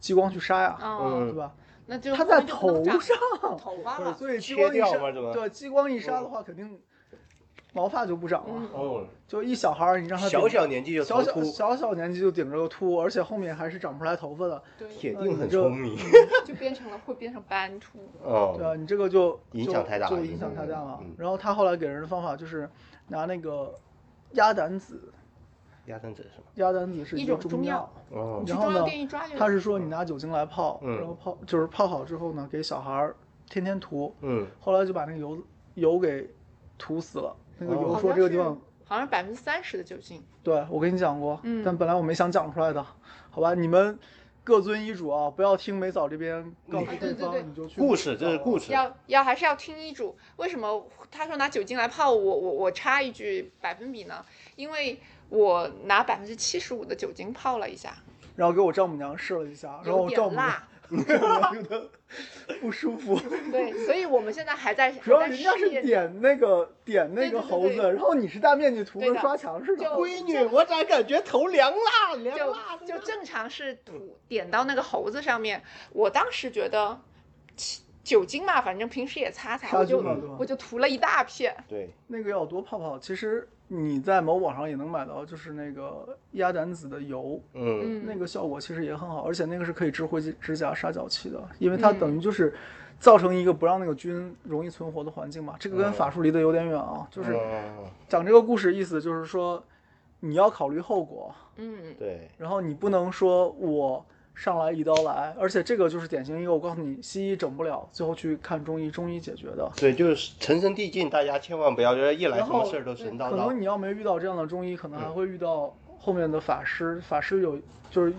Speaker 1: 激光去杀呀，
Speaker 3: 哦，
Speaker 2: 嗯
Speaker 1: 对吧？
Speaker 3: 那就
Speaker 1: 嗯他
Speaker 3: 后
Speaker 1: 在
Speaker 3: 面就不能
Speaker 1: 头
Speaker 3: 长
Speaker 1: 上，
Speaker 3: 头
Speaker 2: 啊
Speaker 3: 发
Speaker 1: 对
Speaker 3: 了，
Speaker 1: 所以激
Speaker 2: 切
Speaker 1: 光一
Speaker 2: 掉吗
Speaker 1: 杀，
Speaker 2: 怎么
Speaker 1: 对激光一
Speaker 2: 嗯
Speaker 1: 杀的话，肯定毛发就不长了。
Speaker 3: 嗯
Speaker 2: 哦，
Speaker 1: 就一小孩儿，你让他顶
Speaker 2: 小小年纪就
Speaker 1: 小
Speaker 2: 头
Speaker 1: 小
Speaker 2: 秃，
Speaker 1: 小小年纪就顶着个秃，而且后面还是长不出来头发的，
Speaker 3: 对，
Speaker 2: 铁定很聪明。
Speaker 3: 就变成了会变成斑秃，
Speaker 1: 对
Speaker 2: 哦，
Speaker 1: 啊，你这个就
Speaker 2: 影
Speaker 1: 就
Speaker 2: 响太大
Speaker 1: 就
Speaker 2: 了
Speaker 1: 影响太大了
Speaker 2: 嗯。
Speaker 1: 然后他后来给人的方法就是拿那个鸭胆子，
Speaker 2: 鸭蛋子是吗？
Speaker 1: 鸭胆子是
Speaker 3: 一
Speaker 1: 个
Speaker 3: 种
Speaker 1: 中
Speaker 3: 中
Speaker 1: 药
Speaker 3: 药，
Speaker 2: 哦
Speaker 3: 你去
Speaker 1: 然后
Speaker 3: 中药
Speaker 1: 呢
Speaker 3: 店一抓就
Speaker 1: 他是说你拿酒精来泡，
Speaker 2: 嗯
Speaker 1: 然后泡就是泡好之后呢，给小孩儿天天涂，
Speaker 2: 嗯
Speaker 1: 后来就把那个油油给涂死了。那个
Speaker 2: 哦
Speaker 1: 油
Speaker 3: 好
Speaker 1: 说
Speaker 3: 像
Speaker 1: 这个地
Speaker 3: 是
Speaker 1: 方，
Speaker 3: 好像百分之三十的酒精，
Speaker 1: 对我跟你讲过，
Speaker 3: 嗯
Speaker 1: 但本来我没想讲出来的，好吧？你们各遵医嘱啊，不要听美嫂这边告诉对
Speaker 3: 嗯
Speaker 1: 方
Speaker 3: 对对对
Speaker 1: 你就去。
Speaker 2: 故事，这是故
Speaker 1: 事。
Speaker 2: 事。
Speaker 3: 要要还是要听医嘱。为什么他说拿酒精来泡我？我我插一句百分比呢？因为我拿百分之七十五的酒精泡了一下，
Speaker 1: 然后给我丈母娘试了一下，然后
Speaker 3: 有
Speaker 1: 我丈
Speaker 3: 点
Speaker 1: 母娘
Speaker 3: 辣。
Speaker 1: 觉得不舒服，
Speaker 3: 对，所以我们现在还在
Speaker 1: 主要
Speaker 3: 还在
Speaker 1: 人家
Speaker 3: 试
Speaker 1: 是
Speaker 3: 验
Speaker 1: 点那个点那
Speaker 3: 对
Speaker 1: 个
Speaker 3: 对对
Speaker 1: 猴
Speaker 3: 对
Speaker 1: 子，然后你是大面积涂
Speaker 3: 对
Speaker 1: 跟
Speaker 3: 的
Speaker 1: 刷墙似的。
Speaker 3: 就
Speaker 2: 闺女，我咋感觉头凉啦？凉
Speaker 3: 就
Speaker 2: 啦！
Speaker 3: 就正常是涂点到那个猴子上面，我当时觉得其酒精嘛，反正平时也擦擦，
Speaker 1: 杀
Speaker 3: 我
Speaker 1: 菌
Speaker 3: 就
Speaker 1: 嘛，对吧
Speaker 3: 我？就涂了一大片。
Speaker 2: 对，
Speaker 1: 那个要多泡泡，其实你在某宝上也能买到，就是那个鸭胆子的油，
Speaker 2: 嗯
Speaker 1: 那
Speaker 3: 嗯，
Speaker 1: 个效果其实也很好，而且那个是可以治灰指甲杀脚气的，因为
Speaker 3: 嗯
Speaker 1: 它等于就是造成一个不让那个菌容易存活的环境嘛。这个跟
Speaker 2: 嗯
Speaker 1: 法术离得有点远啊，就是
Speaker 2: 嗯
Speaker 1: 讲这个故事意思就是说，你要考虑后果，
Speaker 3: 嗯，
Speaker 2: 对，
Speaker 1: 然后你不能说我。上来一刀来，而且这个就是典型一个，我告诉你，西医整不了，最后去看中医，中医解决的。
Speaker 2: 对，就是层层递进，大家千万不要觉得一来
Speaker 1: 然
Speaker 2: 什么
Speaker 1: 后哎
Speaker 2: 事儿都神叨
Speaker 1: 可能
Speaker 2: 叨。
Speaker 1: 你要没遇到这样的中医，可能
Speaker 2: 嗯
Speaker 1: 还会遇到后面的法师。法师有就是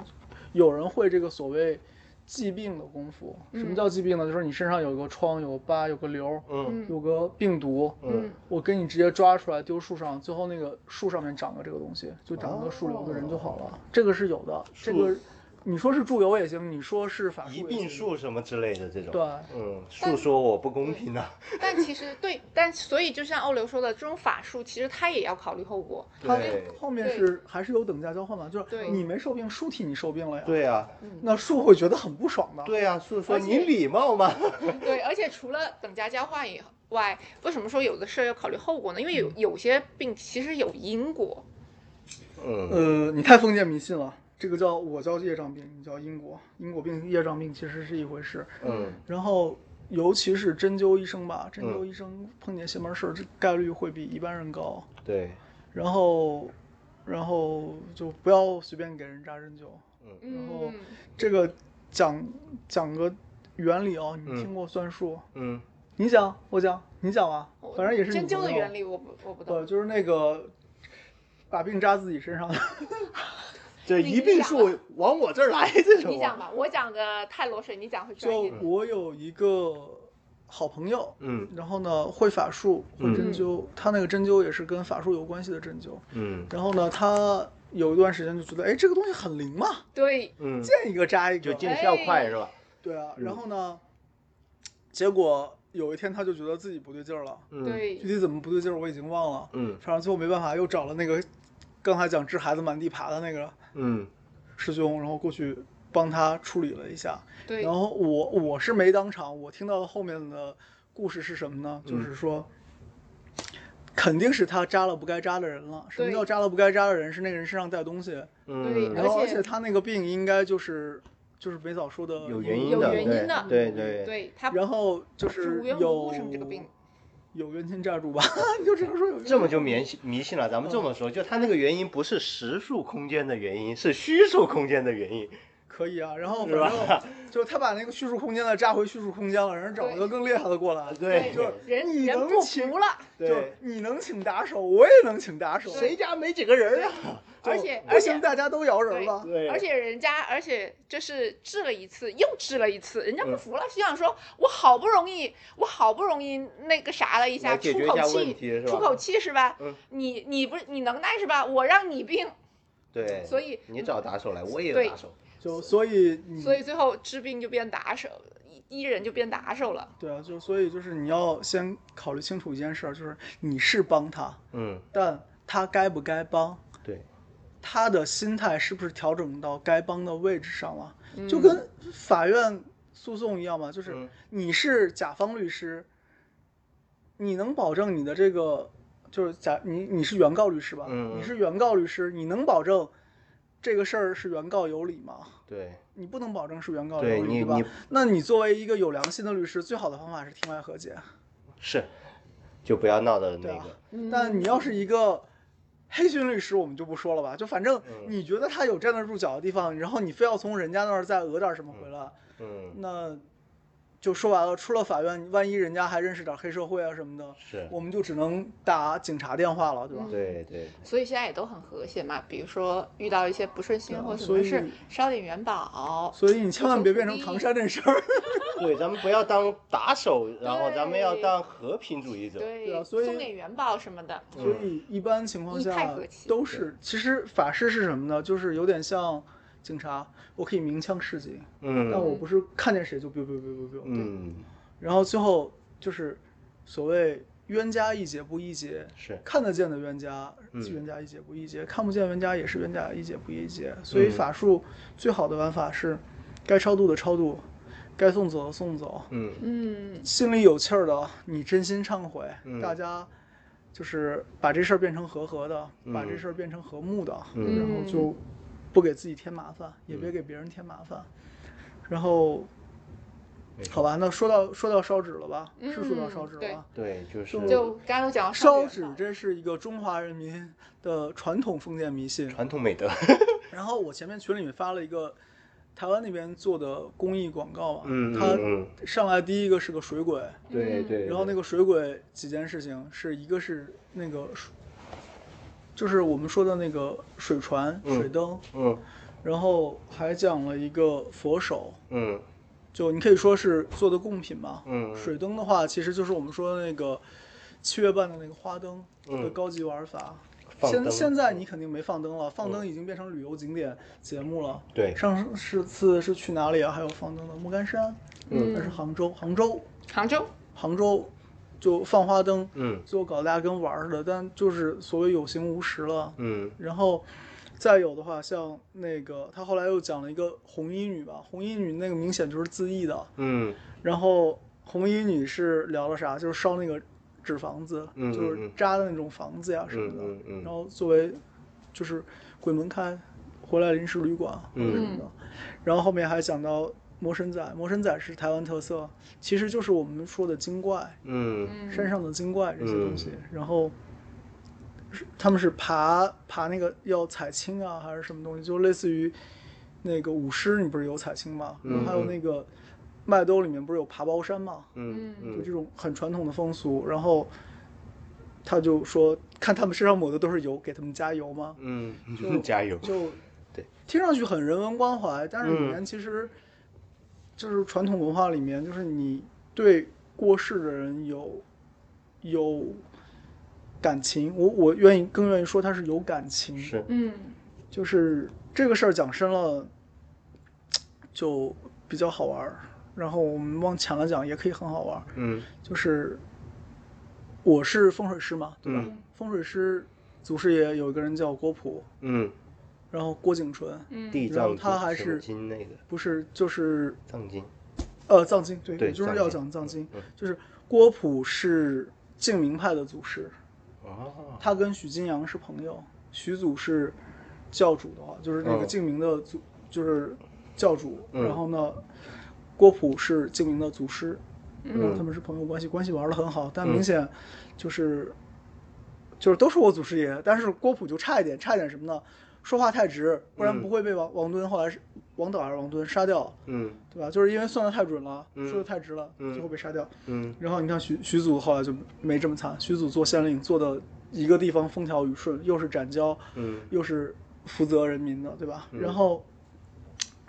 Speaker 1: 有人会这个所谓疾病的功夫。什么叫疾病呢？就是你身上有个疮、有个疤、有个瘤、
Speaker 2: 嗯
Speaker 1: 有个病毒，
Speaker 2: 嗯，
Speaker 1: 我给你直接抓出来丢树上，最后那个树上面长个这个东西，就长个树瘤的人就好了。这个是有的，这个你说是祝由也行，你说是法术
Speaker 2: 一
Speaker 1: 也
Speaker 2: 病
Speaker 1: 行
Speaker 2: 术什么之类的这种。
Speaker 1: 对，
Speaker 2: 嗯，术说我不公平啊。
Speaker 3: 但其实对，但所以就像欧流说的，这种法术其实它也要考虑后果。
Speaker 1: 它
Speaker 2: 对
Speaker 1: 后面是还是有等价交换嘛，就是
Speaker 3: 对
Speaker 1: 你没受病，树替你受病了呀。，
Speaker 2: 对啊，
Speaker 1: 那树会觉得很不爽的。
Speaker 2: 对啊，术说
Speaker 3: 而且
Speaker 2: 你礼貌吗？
Speaker 3: 对，而且除了等价交换以外，为什么说有的事儿要考虑后果呢？因为有有些病其实有因果。
Speaker 2: 嗯，
Speaker 1: 呃，你太封建迷信了，这个叫我叫业障病，你叫因果，因果病、业障病其实是一回事。
Speaker 2: 嗯，
Speaker 1: 然后，尤其是针灸医生吧，针灸
Speaker 2: 嗯
Speaker 1: 医生碰见邪门事儿，这概率会比一般人高。
Speaker 2: 对，
Speaker 1: 然后，然后就不要随便给人扎针灸。然后
Speaker 3: 嗯，
Speaker 1: 这个讲讲个原理哦，
Speaker 2: 嗯
Speaker 1: 你听过算术？
Speaker 2: 嗯
Speaker 1: 你讲，我讲，你讲啊，反正也是你
Speaker 3: 针灸的
Speaker 1: 朋友
Speaker 3: 原理，我不我不
Speaker 1: 呃，
Speaker 3: 懂。
Speaker 1: 就是那个把病扎自己身上，
Speaker 2: 这
Speaker 3: 你
Speaker 2: 一病
Speaker 3: 讲
Speaker 2: 术往我这儿来这种。啊
Speaker 3: 你讲。吧，我讲的太裸水，你讲会专
Speaker 1: 就
Speaker 3: 业点。
Speaker 1: 我有一个好朋友，
Speaker 2: 嗯
Speaker 1: 然后呢会法术，会针
Speaker 3: 嗯
Speaker 1: 灸，他那个针灸也是跟法术有关系的针灸。
Speaker 2: 嗯
Speaker 1: 然后呢，他有一段时间就觉得，哎，这个东西很灵嘛，
Speaker 3: 对，
Speaker 2: 嗯，
Speaker 1: 见一个扎一个，
Speaker 2: 就见效
Speaker 3: 哎
Speaker 2: 快是吧？
Speaker 1: 对啊。
Speaker 2: 嗯
Speaker 1: 然后呢，结果有一天他就觉得自己不对劲儿了，
Speaker 2: 嗯，
Speaker 1: 具
Speaker 3: 对，
Speaker 1: 体怎么不对劲儿我已经忘了，
Speaker 2: 嗯
Speaker 1: 反正最后没办法，又找了那个刚才讲治孩子满地爬的那个
Speaker 2: 嗯
Speaker 1: 师兄，然后过去帮他处理了一下。
Speaker 3: 对
Speaker 1: 然，后我我是没当场，我听到后面的故事是什么呢？
Speaker 2: 嗯
Speaker 1: 就是说，肯定是他扎了不该扎的人了。什么
Speaker 3: 对
Speaker 1: 叫扎了不该扎的人？是那个人身上带东西，
Speaker 2: 嗯，
Speaker 1: 然后而
Speaker 3: 而且
Speaker 1: 且他那个病应该就是就是北嫂说的
Speaker 2: 有原因
Speaker 3: 呃有
Speaker 2: 的，
Speaker 3: 原因的嗯
Speaker 2: 对对，
Speaker 3: 对他
Speaker 1: 然后就是
Speaker 3: 无缘无
Speaker 1: 有
Speaker 3: 故生这个病。
Speaker 1: 有冤亲债主吧？ 你就这样说有冤
Speaker 2: 这么就迷信迷信了。咱们这么说，就它那个原因不是实数空间的原因，是虚数空间的原因。
Speaker 1: 可以啊。然后
Speaker 2: 是吧
Speaker 1: 反正就他把那个叙述空间的扎回叙述空间了，人家找了个更厉害的过来。
Speaker 2: 对
Speaker 1: 就是
Speaker 3: 人
Speaker 1: 你
Speaker 3: 人
Speaker 1: 能
Speaker 3: 不
Speaker 1: 请
Speaker 3: 服了，
Speaker 1: 就
Speaker 2: 对，
Speaker 1: 你能请打手，我也能请打手，
Speaker 2: 谁家没几个人啊？
Speaker 1: 就
Speaker 3: 而且
Speaker 1: 不
Speaker 3: 而且
Speaker 1: 行，大家都摇人了。
Speaker 2: 对，
Speaker 3: 而且人家，而且就是治了一次，又治了一次，人家
Speaker 1: 嗯
Speaker 3: 不服了，心想说：“我好不容易，我好不容易那个啥了一
Speaker 2: 来
Speaker 3: 下，
Speaker 2: 解
Speaker 3: 出
Speaker 2: 决一
Speaker 3: 口
Speaker 2: 下问题
Speaker 3: 气，
Speaker 2: 是吧
Speaker 3: 出口气是吧？
Speaker 2: 嗯
Speaker 3: 你你不你能耐是吧？我让你病，
Speaker 2: 对，
Speaker 3: 所以
Speaker 2: 你找打手来，我也有
Speaker 3: 对
Speaker 2: 打手。
Speaker 1: 就所以你
Speaker 3: 所以最后治病就变打手，医人就变打手了。
Speaker 1: 对啊，就所以就是你要先考虑清楚一件事儿，就是你是帮他，
Speaker 2: 嗯，
Speaker 1: 但他该不该帮，
Speaker 2: 对，
Speaker 1: 他的心态是不是调整到该帮的位置上了，嗯就跟法院诉讼一样嘛，就是
Speaker 2: 嗯
Speaker 1: 你是甲方律师，你能保证你的这个就是甲你你是原告律师吧？
Speaker 2: 嗯嗯
Speaker 1: 你是原告律师，你能保证这个事儿是原告有理吗？
Speaker 2: 对，
Speaker 1: 你不能保证是原告有
Speaker 2: 对
Speaker 1: 理，
Speaker 2: 你
Speaker 1: 对吧
Speaker 2: 你？
Speaker 1: 那你作为一个有良心的律师，最好的方法是庭外和解，
Speaker 2: 是，就不要闹的那
Speaker 1: 对
Speaker 3: 啊
Speaker 1: 吧
Speaker 2: 个。？
Speaker 3: 嗯
Speaker 1: 但你要是一个黑心律师，我们就不说了吧。就反正
Speaker 2: 嗯
Speaker 1: 你觉得他有站得住脚的地方，然后你非要从人家那儿再讹点什么回来，
Speaker 2: 嗯，
Speaker 1: 那就说白了，出了法院，万一人家还认识点黑社会啊什么的，
Speaker 2: 是，
Speaker 1: 我们就只能打警察电话了，对吧？
Speaker 3: 嗯
Speaker 2: 对对，
Speaker 3: 所以现在也都很和谐嘛。比如说遇到一些不顺心或什
Speaker 1: 啊所
Speaker 3: 么
Speaker 1: 以
Speaker 3: 事，烧点元宝，
Speaker 1: 所以你千万别变成唐山这事儿。
Speaker 2: 对，咱们不要当打手，然后咱们要
Speaker 3: 对
Speaker 2: 当和平主义者。
Speaker 1: 对啊
Speaker 3: 对，
Speaker 1: 所以嗯
Speaker 3: 送点元宝什么的。
Speaker 1: 所以一般情况
Speaker 3: 一派
Speaker 1: 下
Speaker 3: 和气
Speaker 1: 都是，其实法师是什么呢？就是有点像警察，我可以鸣枪示警，但
Speaker 2: 嗯
Speaker 1: 我不是看见谁就 biu biu biu biu biu，
Speaker 2: 嗯，
Speaker 1: 然后最后就是所谓冤家宜解不宜结，
Speaker 2: 是
Speaker 1: 看得见的冤家
Speaker 2: 嗯
Speaker 1: 冤家宜解不宜结，看不见冤家也是冤家宜解不宜结。所以
Speaker 2: 嗯
Speaker 1: 法术最好的玩法是，该超度的超度，该送走的送走，
Speaker 2: 嗯
Speaker 3: 嗯，
Speaker 1: 心里有气儿的你真心忏悔，
Speaker 2: 嗯
Speaker 1: 大家就是把这事儿变成和和的，
Speaker 2: 嗯
Speaker 1: 把这事儿变成和睦的，
Speaker 2: 嗯
Speaker 1: 然后就不给自己添麻烦，也别给别人添麻烦，然后。
Speaker 2: 没错
Speaker 1: 好吧，那说到说到烧纸了吧？是说到
Speaker 3: 嗯
Speaker 1: 烧纸了
Speaker 3: 对
Speaker 1: 吧？
Speaker 2: 对，就是
Speaker 3: 就刚刚都讲了
Speaker 1: 烧
Speaker 3: 元
Speaker 1: 纸
Speaker 3: 宝
Speaker 1: 这是一个中华人民的传统封建迷信。
Speaker 2: 传统美德。
Speaker 1: 然后我前面群里面发了一个台湾那边做的公益广告嘛，
Speaker 2: 嗯
Speaker 1: 它
Speaker 2: 嗯
Speaker 1: 上来第一个是个水鬼，
Speaker 2: 嗯， 对对。
Speaker 1: 然后那
Speaker 2: 个
Speaker 1: 个水鬼几件事情是一个是那个水，就是我们说的那个水船、
Speaker 2: 嗯
Speaker 1: 水灯，
Speaker 2: 嗯
Speaker 1: 然后还讲了一个佛手，
Speaker 2: 嗯
Speaker 1: 就你可以说是做的贡品吧。
Speaker 2: 嗯
Speaker 1: 水灯的话，其实就是我们说的那个七月半的那个花灯的
Speaker 2: 嗯，
Speaker 1: 高级玩法。
Speaker 2: 放
Speaker 1: 现
Speaker 2: 灯嗯
Speaker 1: 现在你肯定没放灯了，放灯已经变成旅游景点节目了。
Speaker 2: 对，
Speaker 1: 上上次是去哪里啊？还有放灯的莫干山，
Speaker 2: 嗯
Speaker 1: 还是杭州？杭州，
Speaker 3: 杭州，
Speaker 1: 杭州就放花灯，
Speaker 2: 嗯
Speaker 1: 最后搞得大家跟玩儿似的，但就是所谓有形无实了。
Speaker 2: 嗯
Speaker 1: 然后再有的话，像那个他后来又讲了一个红衣女吧，红衣女那个明显就是自缢的。
Speaker 2: 嗯
Speaker 1: 然后红衣女是聊了啥？就是烧那个纸房子，
Speaker 2: 嗯嗯
Speaker 1: 就是扎的那种房子呀什么的。
Speaker 2: 嗯嗯嗯
Speaker 1: 然后作为就是鬼门开回来临时旅馆或
Speaker 2: 嗯
Speaker 1: 者什么的。然后后面还讲到魔神仔，魔神仔是台湾特色，其实就是我们说的精怪，
Speaker 2: 嗯
Speaker 3: 嗯，
Speaker 1: 山上的精怪这些东西。然后是他们是爬爬那个要采青啊，还是什么东西，就类似于那个舞狮，你不是有采青吗？
Speaker 2: 嗯
Speaker 1: 还有那个麦兜里面不是有爬包山吗？
Speaker 2: 嗯
Speaker 1: 就这
Speaker 2: 嗯
Speaker 1: 种很传统的风俗。然后他就说，看他们身上抹的都是油，给他们加油吗？就
Speaker 2: 嗯， 加油，
Speaker 1: 就
Speaker 2: 对，
Speaker 1: 听上去很人文关怀，但是里
Speaker 2: 嗯
Speaker 1: 面其实就是传统文化里面，就是你对过世的人有有感情，我我愿意更愿意说他是有感情，
Speaker 2: 是，
Speaker 3: 嗯，
Speaker 1: 就是这个事儿讲深了就比较好玩儿，然后我们往浅了讲也可以很好玩儿，
Speaker 2: 嗯
Speaker 1: 就是我是风水师嘛，对吧？
Speaker 2: 嗯
Speaker 1: 风水师祖师爷有一个人叫郭璞，
Speaker 2: 嗯，
Speaker 1: 然后郭景淳。
Speaker 3: 嗯，
Speaker 2: 地
Speaker 1: 然后
Speaker 2: 藏
Speaker 1: 他还
Speaker 2: 什么
Speaker 1: 是
Speaker 2: 经那个
Speaker 1: 不是，就是
Speaker 2: 藏经，
Speaker 1: 呃藏经，对，
Speaker 2: 对
Speaker 1: 我就是
Speaker 2: 藏
Speaker 1: 要
Speaker 2: 经
Speaker 1: 讲藏经，
Speaker 2: 嗯
Speaker 1: 就是郭璞是净明派的祖师，
Speaker 2: 哦，
Speaker 1: 他跟许金阳是朋友，许祖是教主的话，就是那个
Speaker 2: 嗯
Speaker 1: 净明的祖，就是教主，
Speaker 2: 嗯
Speaker 1: 然后呢，郭璞是净明的祖师，然后
Speaker 3: 嗯
Speaker 1: 他们是朋友关系，关系玩的很好，但
Speaker 2: 嗯
Speaker 1: 明显就是、就是都是我祖师爷，但是郭璞就差一点，差一点什么呢？说话太直，不然
Speaker 2: 嗯
Speaker 1: 不会被王、王敦后来是王导还是王敦杀掉。
Speaker 2: 嗯
Speaker 1: 对吧？就是因为算的太准了，
Speaker 2: 嗯
Speaker 1: 说的太直了，
Speaker 2: 嗯
Speaker 1: 最后被杀掉。
Speaker 2: 嗯
Speaker 1: 然后你看徐徐祖后来就没这么惨，徐祖做县令做的一个地方风调雨顺，又是斩蛟，
Speaker 2: 嗯
Speaker 1: 又是负责人民的，对吧？
Speaker 2: 嗯
Speaker 1: 然后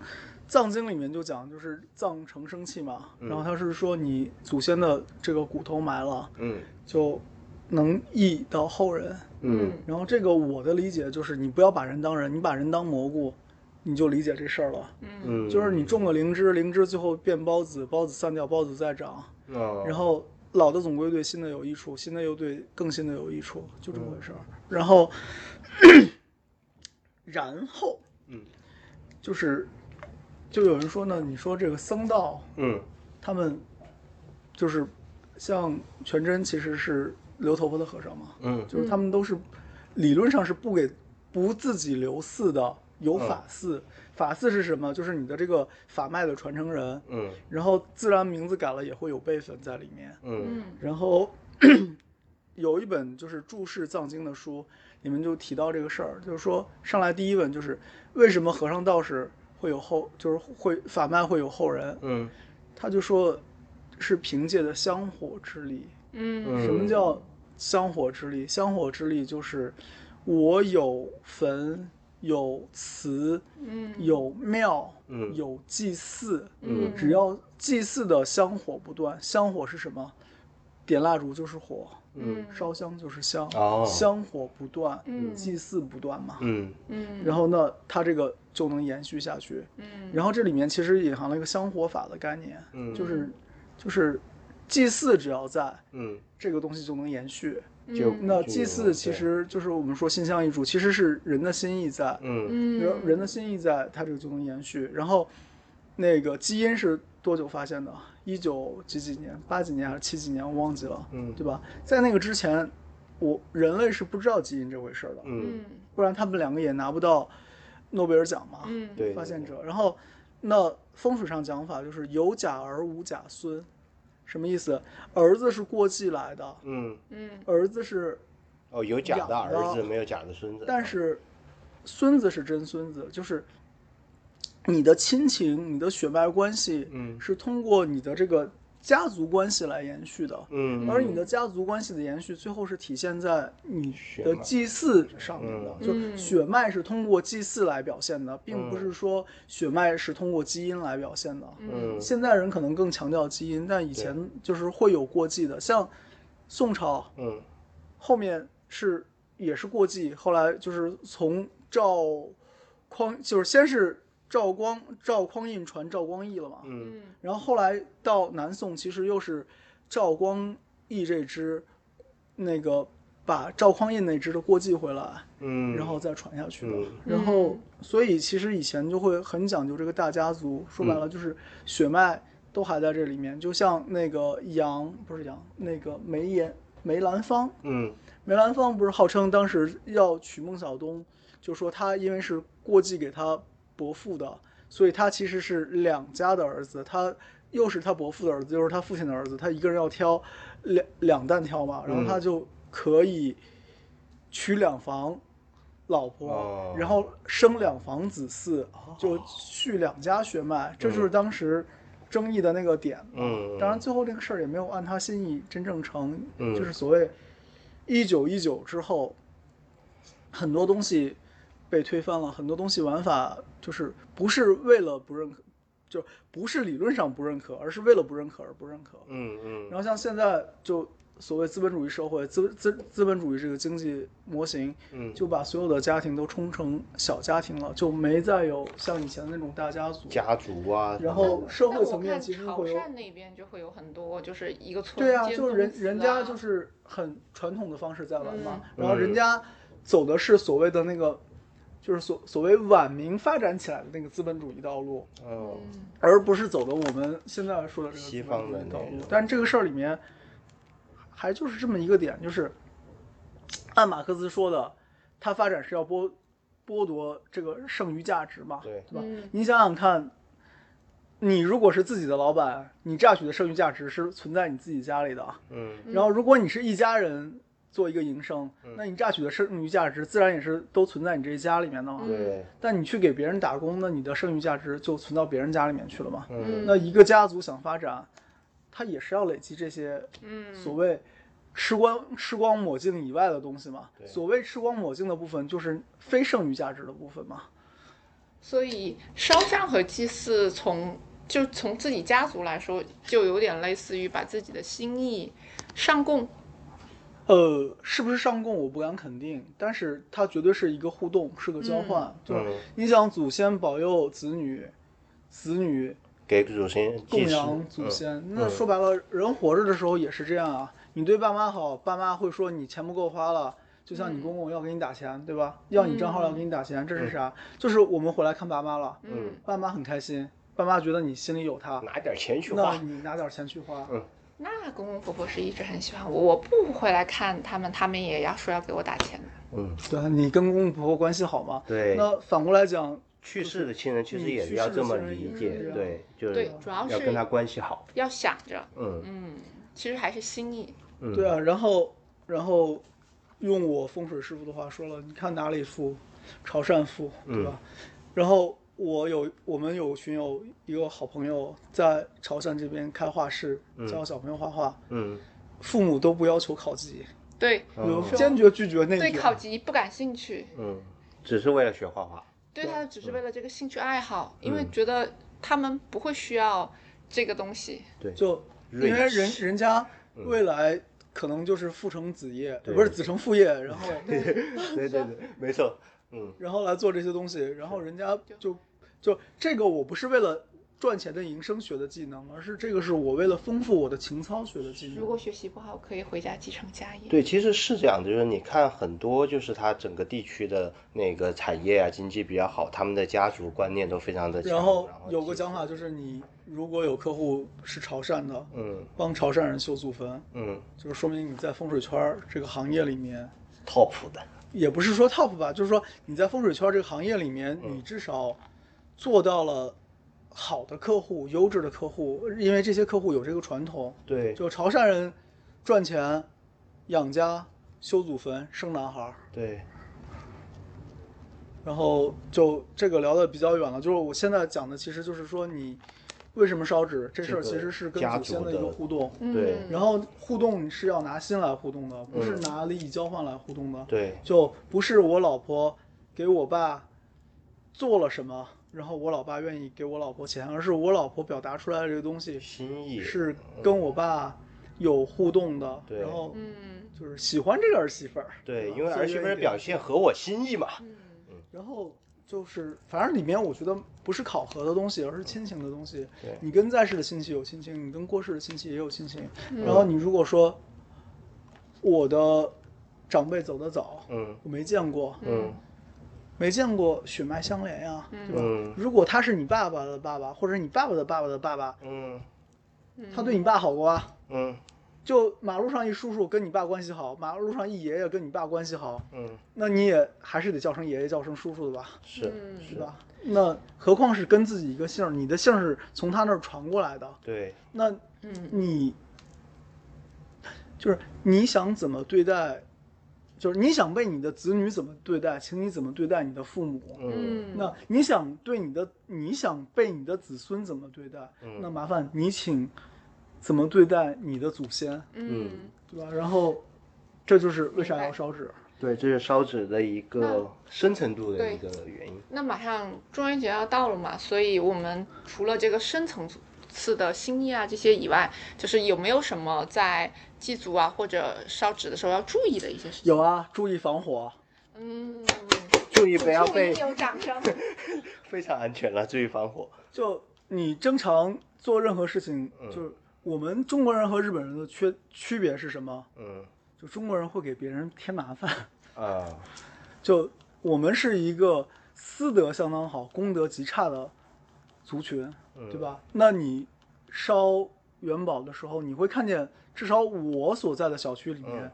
Speaker 1: 《藏经》里面就讲，就是藏成生气嘛，
Speaker 2: 嗯
Speaker 1: 然后他是说你祖先的这个骨头埋了，
Speaker 2: 嗯
Speaker 1: 就能益到后人。
Speaker 2: 嗯
Speaker 1: 然后这个我的理解就是，你不要把人当人，你把人当蘑菇，你就理解这事儿了。
Speaker 3: 嗯
Speaker 2: 嗯，
Speaker 1: 就是你种了灵芝，灵芝最后变孢子，孢子散掉，孢子再长，
Speaker 2: 哦，
Speaker 1: 然后老的总归对新的有益处，新的又对更新的有益处，就这么回事儿。然后，然后
Speaker 2: 嗯
Speaker 1: 就是，就有人说呢，你说这个僧道
Speaker 2: 嗯
Speaker 1: 他们就是像全真其实是留头发的和尚嘛，
Speaker 2: 嗯
Speaker 1: 就是他们都是理论上是不给不自己留寺的，有法寺。法寺是什么？就是你的这个法脉的传承人，
Speaker 2: 嗯
Speaker 1: 然后自然名字改了也会有辈分在里面。
Speaker 2: 嗯
Speaker 3: 嗯
Speaker 1: 然后 有一本就是注释藏经的书，里面就提到这个事儿，就是说上来第一问就是为什么和尚道士会有后，就是会法脉会有后人？
Speaker 2: 嗯
Speaker 1: 他就说是凭借的香火之力。
Speaker 3: 嗯
Speaker 1: 什么叫香火之力？香火之力就是我有坟、有祠、
Speaker 3: 嗯，
Speaker 1: 有庙、
Speaker 2: 嗯
Speaker 1: 有祭祀，
Speaker 3: 嗯，
Speaker 1: 只要祭祀的香火不断。香火是什么？点蜡烛就是火，
Speaker 3: 嗯
Speaker 1: 烧香就是香，
Speaker 2: 哦
Speaker 1: 香火不断，
Speaker 3: 嗯
Speaker 1: 祭祀不断嘛。
Speaker 2: 嗯
Speaker 3: 嗯，
Speaker 1: 然后呢，它这个就能延续下去。
Speaker 3: 嗯
Speaker 1: 然后这里面其实隐含了一个香火法的概念，
Speaker 2: 嗯
Speaker 1: 就是就是祭祀只要在，
Speaker 2: 嗯
Speaker 1: 这个东西就能延续。
Speaker 3: 嗯
Speaker 2: 就
Speaker 1: 那
Speaker 2: 具
Speaker 1: 祭
Speaker 2: 有
Speaker 1: 祀其
Speaker 2: 对
Speaker 1: 实就是我们说心向意主，其实是人的心意在，
Speaker 2: 嗯
Speaker 3: 嗯
Speaker 1: 人人的心意在，它这个就能延续。然后，那个基因是多久发现的？一九几几年，八几年还是七几年，我忘记了，
Speaker 2: 嗯
Speaker 1: 对吧？在那个之前，我人类是不知道基因这回事儿的，
Speaker 2: 嗯
Speaker 3: 嗯
Speaker 1: 不然他们两个也拿不到诺贝尔奖嘛，
Speaker 3: 嗯
Speaker 2: 对
Speaker 1: 发现
Speaker 2: 对
Speaker 1: 者。然后，那风水上讲法就是有甲而无甲孙，什么意思？儿子是过继来的，
Speaker 2: 嗯
Speaker 3: 嗯
Speaker 1: 儿子是
Speaker 2: 哦有假
Speaker 1: 养
Speaker 2: 的儿子
Speaker 1: 的
Speaker 2: 没有假的孙子，
Speaker 1: 但是孙子是真孙子，就是你的亲情、你的血脉关系
Speaker 2: 嗯
Speaker 1: 是通过你的这个家族关系来延续的，
Speaker 2: 嗯，
Speaker 1: 而你的家族关系的延续，最后是体现在你
Speaker 2: 血
Speaker 1: 的
Speaker 2: 脉
Speaker 1: 祭祀上面的。
Speaker 3: 嗯
Speaker 1: 就血脉是通过祭祀来表现的，并不是说血脉是通过基因来表现的。
Speaker 2: 嗯
Speaker 1: 现在人可能更强调基因，但以前就是会有过继的，像宋朝
Speaker 2: 嗯
Speaker 1: 后面是也是过继，后来就是从赵匡，就是先是赵光赵匡胤传赵光义了嘛，
Speaker 2: 嗯
Speaker 3: 嗯
Speaker 1: 然后后来到南宋，其实又是赵光义这支，那个把赵匡胤那支的过继回来，
Speaker 2: 嗯，
Speaker 1: 然后再传下去的。
Speaker 2: 嗯
Speaker 1: 然后，所以其实以前就会很讲究这个大家族，说
Speaker 2: 嗯
Speaker 1: 白了就是血脉都还在这里面。就像那个杨不是杨，那个梅艳梅兰芳，
Speaker 2: 嗯
Speaker 1: 梅兰芳不是号称当时要娶孟小冬，就说他因为是过继给他伯父的，所以他其实是两家的儿子，他又是他伯父的儿子，又是他父亲的儿子，他一个人要挑两两担挑嘛，然后他就可以娶两房老婆，
Speaker 2: 哦
Speaker 1: 然后生两房子嗣，就续两家血脉，这就是当时争议的那个点。
Speaker 2: 嗯，
Speaker 1: 当然，最后这个事儿也没有按他心意真正成，
Speaker 2: 嗯
Speaker 1: 就是所谓一九一九之后，很多东西被推翻了，很多东西玩法就是不是为了不认可，就不是理论上不认可，而是为了不认可而不认可。
Speaker 2: 嗯嗯，
Speaker 1: 然后像现在就所谓资本主义社会，资资资本主义这个经济模型，
Speaker 2: 嗯
Speaker 1: 就把所有的家庭都冲成小家庭了，就没再有像以前那种大家族。
Speaker 2: 家族啊，
Speaker 1: 然后社
Speaker 3: 但
Speaker 1: 会
Speaker 3: 我
Speaker 1: 层面
Speaker 3: 看
Speaker 1: 其实
Speaker 3: 潮
Speaker 1: 会有
Speaker 3: 汕那边就会有很多，就是一个村
Speaker 1: 对啊，
Speaker 3: 兼
Speaker 1: 就是
Speaker 3: 公
Speaker 1: 人
Speaker 3: 司
Speaker 1: 人
Speaker 3: 啊
Speaker 1: 家就是很传统的方式在玩嘛，
Speaker 2: 嗯
Speaker 1: 然后人家走的是所谓的那个，就是所所谓晚明发展起来的那个资本主义道路，
Speaker 2: 哦，
Speaker 3: 嗯
Speaker 1: 而不是走的我们现在说的这个
Speaker 2: 西
Speaker 1: 资本
Speaker 2: 方
Speaker 1: 主
Speaker 2: 的
Speaker 1: 义
Speaker 2: 那
Speaker 1: 道路
Speaker 2: 种。
Speaker 1: 但这个事儿里面，还就是这么一个点，就是按马克思说的，它发展是要剥剥夺这个剩余价值嘛，
Speaker 2: 对，
Speaker 1: 吧
Speaker 3: 嗯
Speaker 1: 你想想看，你如果是自己的老板，你榨取的剩余价值是存在你自己家里的。
Speaker 2: 嗯
Speaker 1: 然后，如果你是一家人做一个营生，那你榨取的剩余价值自然也是都存在你这一家里面的嘛。
Speaker 3: 嗯
Speaker 2: 对，
Speaker 1: 但你去给别人打工，那你的剩余价值就存到别人家里面去了嘛。
Speaker 2: 嗯
Speaker 1: 那一个家族想发展，它也是要累积这些
Speaker 3: 嗯
Speaker 1: 所谓吃光吃光抹净以外的东西嘛。
Speaker 2: 对
Speaker 1: 所谓吃光抹净的部分，就是非剩余价值的部分嘛。
Speaker 3: 所以烧香和祭祀从就从自己家族来说，就有点类似于把自己的心意上供。嗯
Speaker 1: 呃，是不是上供我不敢肯定，但是它绝对是一个互动，是个交换。就是
Speaker 2: 嗯
Speaker 1: 你想祖先保佑子女，子女
Speaker 2: 给祖先
Speaker 1: 供
Speaker 2: 祭祀
Speaker 1: 养祖，先，那
Speaker 2: 嗯
Speaker 1: 说白了，人活着的时候也是这样啊。你对爸妈好，爸妈会说你钱不够花了，就
Speaker 2: 嗯
Speaker 1: 像你公公要给你打钱，对吧？要你账号要给你打钱，这是啥？就是我们回来看爸妈了，
Speaker 3: 嗯，
Speaker 1: 爸妈很开心，爸妈觉得你心里有他
Speaker 2: 嗯，拿点钱去
Speaker 1: 那
Speaker 2: 花，
Speaker 1: 你拿点钱去花。
Speaker 2: 嗯
Speaker 3: 那公公婆婆是一直很喜欢我，我不回来看他们，他们也要说要给我打钱的。
Speaker 2: 嗯，
Speaker 1: 对啊，你跟公公婆婆关系好吗？
Speaker 2: 对，
Speaker 1: 那反过来讲，
Speaker 2: 去世的亲人其实
Speaker 1: 你
Speaker 2: 也
Speaker 1: 去
Speaker 2: 要
Speaker 1: 世
Speaker 2: 这
Speaker 1: 的
Speaker 2: 么
Speaker 1: 亲人也
Speaker 2: 理
Speaker 1: 是
Speaker 2: 解
Speaker 1: 这，样
Speaker 2: 对，就是
Speaker 3: 对主要
Speaker 2: 要
Speaker 3: 是
Speaker 2: 跟他关系好，
Speaker 3: 要想着，
Speaker 2: 嗯
Speaker 3: 嗯，其实还是心意。
Speaker 2: 嗯，
Speaker 1: 对啊，然后然后用我风水师傅的话说了，你看哪里富，潮汕富，对
Speaker 2: 嗯
Speaker 1: 吧？然后我有我们有群友一个好朋友在潮汕这边开画室，教小朋友画画，
Speaker 2: 嗯，
Speaker 1: 父母都不要求考级，
Speaker 3: 对，
Speaker 2: 哦
Speaker 1: 就坚决拒绝那一
Speaker 3: 对
Speaker 1: 点。
Speaker 3: 考级不感兴趣，
Speaker 2: 嗯，只是为了学画画，
Speaker 3: 对他只是为了这个兴趣爱好，因为觉得他们不会需要这个东西。
Speaker 2: 对，
Speaker 1: 就因为
Speaker 2: 瑞
Speaker 1: 人人家未来可能就是父承子业，
Speaker 2: 嗯对
Speaker 1: 不是子承父业，然 后
Speaker 2: 对对对，没错，嗯
Speaker 1: 然后来做这些东西，然后人家就就这个我不是为了赚钱的营生学的技能，而是这个是我为了丰富我的情操学的技
Speaker 3: 如
Speaker 1: 能。
Speaker 3: 果学习不好，可以回家继承家业。
Speaker 2: 对，其实是这样，就是你看很多，就是它整个地区的那个产业啊，经济比较好，他们的家族观念都非常的强。
Speaker 1: 然后有
Speaker 2: 就
Speaker 1: 个讲法就是，你如果有客户是潮汕的，
Speaker 2: 嗯
Speaker 1: 帮潮汕人修祖坟，
Speaker 2: 嗯
Speaker 1: 就是说明你在风水圈儿这个行业里面，
Speaker 2: ，top 的，
Speaker 1: 也不是说 top 吧，就是说你在风水圈儿这个行业里面，
Speaker 3: 嗯
Speaker 1: 你至少做到了好的客户、优质的客户，因为这些客户有这个传统，
Speaker 2: 对
Speaker 1: 就潮汕人赚钱、养家、修祖坟、生男孩儿，
Speaker 2: 对，
Speaker 1: 然后就这个聊的比较远了。就是我现在讲的，其实就是说你为什么烧纸这事儿
Speaker 2: 这个
Speaker 1: 其实是跟
Speaker 2: 家
Speaker 1: 祖先
Speaker 2: 族
Speaker 1: 的一个
Speaker 2: 的
Speaker 1: 互动，
Speaker 2: 对
Speaker 3: 嗯
Speaker 1: 然后互动是要拿心来互动的，不
Speaker 2: 嗯
Speaker 1: 是拿利益交换来互动的。
Speaker 2: 对
Speaker 1: 就不是我老婆给我爸做了什么，然后我老爸愿意给我老婆钱，而是我老婆表达出来的这个东西
Speaker 2: 心意
Speaker 1: 是跟我爸有互动的，
Speaker 2: 嗯对
Speaker 1: 然后
Speaker 3: 嗯
Speaker 1: 就是喜欢这个儿媳妇儿，
Speaker 2: 对，
Speaker 1: 吧
Speaker 2: 因为
Speaker 1: 所以
Speaker 2: 儿媳妇
Speaker 1: 愿意
Speaker 2: 儿
Speaker 1: 给
Speaker 2: 表现合我心意嘛。
Speaker 3: 嗯
Speaker 1: 然后就是，反正里面我觉得不是考核的东西，而是亲情的东西。
Speaker 2: 对
Speaker 1: 你跟在世的亲戚有亲情，你跟过世的亲戚也有亲情。
Speaker 3: 嗯
Speaker 1: 然后你如果说我的长辈走得早，
Speaker 2: 嗯
Speaker 1: 我没见过，
Speaker 2: 嗯
Speaker 1: 没见过血脉相连呀、
Speaker 3: 嗯
Speaker 1: 对吧？
Speaker 2: 嗯
Speaker 1: 如果他是你爸爸的爸爸，或者你爸爸的爸爸的爸爸，
Speaker 2: 嗯
Speaker 3: 嗯
Speaker 1: 他对你爸好过啊？
Speaker 2: 嗯
Speaker 1: 就马路上一叔叔跟你爸关系好，马路上一爷爷跟你爸关系好，
Speaker 2: 嗯，
Speaker 1: 那你也还是得叫声爷爷，叫声叔叔的吧？
Speaker 2: 是
Speaker 3: 嗯
Speaker 1: 是
Speaker 2: 是
Speaker 1: 吧？那何况是跟自己一个姓儿，你的姓儿是从他那儿传过来的，
Speaker 2: 对
Speaker 1: 那
Speaker 3: 嗯
Speaker 1: 你就是你想怎么对待，就是你想被你的子女怎么对待，请你怎么对待你的父母。
Speaker 2: 嗯
Speaker 1: 那你想对你的，你想被你的子孙怎么对待？
Speaker 2: 嗯
Speaker 1: 那麻烦你请怎么对待你的祖先，
Speaker 3: 嗯
Speaker 1: 对吧？然后这就是为啥
Speaker 3: 明白
Speaker 1: 要烧纸。
Speaker 2: 对，这是烧纸的一个深层度的一个原因。
Speaker 3: 那马上中元节要到了嘛，所以我们除了这个深层次的心意啊这些以外，就是有没有什么在祭祖啊或者烧纸的时候要注意的一些事情？
Speaker 1: 有啊，注意防火。
Speaker 3: 嗯，
Speaker 2: 注意
Speaker 3: 注
Speaker 2: 不要
Speaker 3: 意
Speaker 2: 被
Speaker 3: 有掌声。
Speaker 2: 非常安全了，注意防火。
Speaker 1: 就你正常做任何事情，
Speaker 2: 嗯
Speaker 1: 就是我们中国人和日本人的区区别是什么？
Speaker 2: 嗯
Speaker 1: 就中国人会给别人添麻烦，
Speaker 2: 啊
Speaker 1: 就我们是一个私德相当好、功德极差的族群，
Speaker 2: 嗯
Speaker 1: 对吧？那你烧元宝的时候，你会看见，至少我所在的小区里面、
Speaker 2: 嗯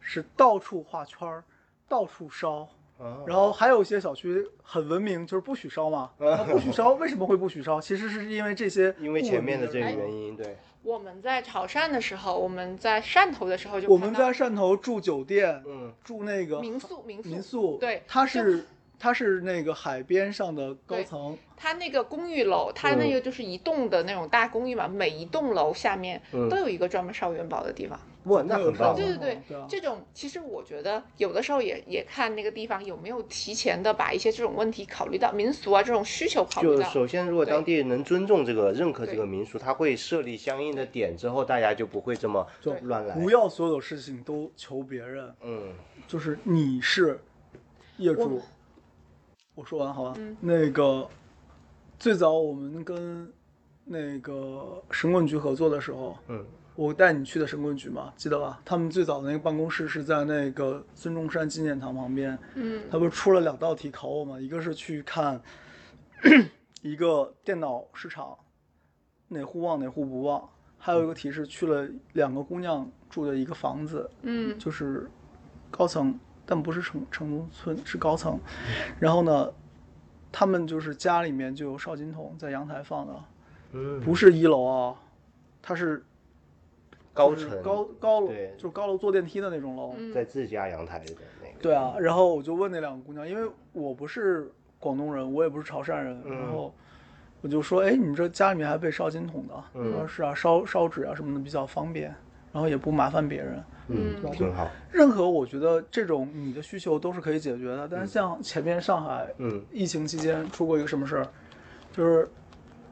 Speaker 1: 是到处画圈儿，到处烧。
Speaker 2: 啊，
Speaker 1: 然后还有一些小区很文明，就是不许烧 嘛。那不许烧，为什么会不许烧？其实是因为这些
Speaker 2: 因为前面的
Speaker 1: 不
Speaker 2: 这
Speaker 1: 文
Speaker 2: 个
Speaker 1: 明
Speaker 2: 原因，对，
Speaker 3: 我们在潮汕的时候，我们在汕头的时候就
Speaker 1: 我们
Speaker 3: 看到
Speaker 1: 在汕头住酒店，
Speaker 2: 嗯
Speaker 1: 住那个
Speaker 3: 民宿民宿
Speaker 1: 民宿，
Speaker 3: 对
Speaker 1: 它是它是那个海边上的高层，
Speaker 3: 它那个公寓楼，它那个就是一栋的那种大公寓嘛，每一栋楼下面
Speaker 2: 嗯
Speaker 3: 都有一个专门烧元宝的地方。
Speaker 2: 哇，那很棒
Speaker 1: 哦
Speaker 3: 对
Speaker 2: 啊。
Speaker 3: 对对，
Speaker 1: 对啊
Speaker 3: 这种其实我觉得有的时候也也看那个地方有没有提前的把一些这种问题考虑到民俗啊这种需求考虑
Speaker 2: 就
Speaker 3: 到。
Speaker 2: 首先，如果
Speaker 3: 对
Speaker 2: 当地人能尊重这个、认可这
Speaker 3: 对
Speaker 2: 个民俗，他会设立相应的点之后，大家就不会这么
Speaker 1: 就
Speaker 2: 乱来。
Speaker 1: 不要所有事情都求别人，
Speaker 2: 嗯
Speaker 1: 就是你是业
Speaker 3: 我
Speaker 1: 主
Speaker 3: 们。
Speaker 1: 我说完好吧？
Speaker 3: 嗯
Speaker 1: 那个最早我们跟那个神棍局合作的时候，
Speaker 2: 嗯
Speaker 1: 我带你去的神棍局嘛，记得吧？他们最早的那个办公室是在那个孙中山纪念堂旁边，
Speaker 3: 嗯
Speaker 1: 他不是出了两道题考我吗？一个是去看 一个电脑市场，哪户旺哪户不旺，还有一个题是去了两个姑娘住的一个房子，
Speaker 3: 嗯
Speaker 1: 就是高层，但不是城城中村，是高层。然后呢，他们就是家里面就有烧金桶在阳台放的，
Speaker 2: 嗯，
Speaker 1: 不是一楼啊，它是
Speaker 2: 高
Speaker 1: 就是
Speaker 2: 层
Speaker 1: 高高楼，
Speaker 2: 对
Speaker 1: 就是高楼坐电梯的那种楼。
Speaker 3: 嗯
Speaker 2: 在自家阳台的那个。
Speaker 1: 对啊，然后我就问那两个姑娘，因为我不是广东人，我也不是潮汕人，
Speaker 2: 嗯
Speaker 1: 然后我就说，哎，你们这家里面还备烧金桶的？她说
Speaker 2: 嗯
Speaker 1: 是啊，烧烧纸啊什么的比较方便，然后也不麻烦别人。
Speaker 2: 嗯，
Speaker 3: 嗯
Speaker 2: 挺好。
Speaker 1: 任何我觉得这种你的需求都是可以解决的，但是像前面上海
Speaker 2: 嗯
Speaker 1: 疫情期间出过一个什么事儿，就是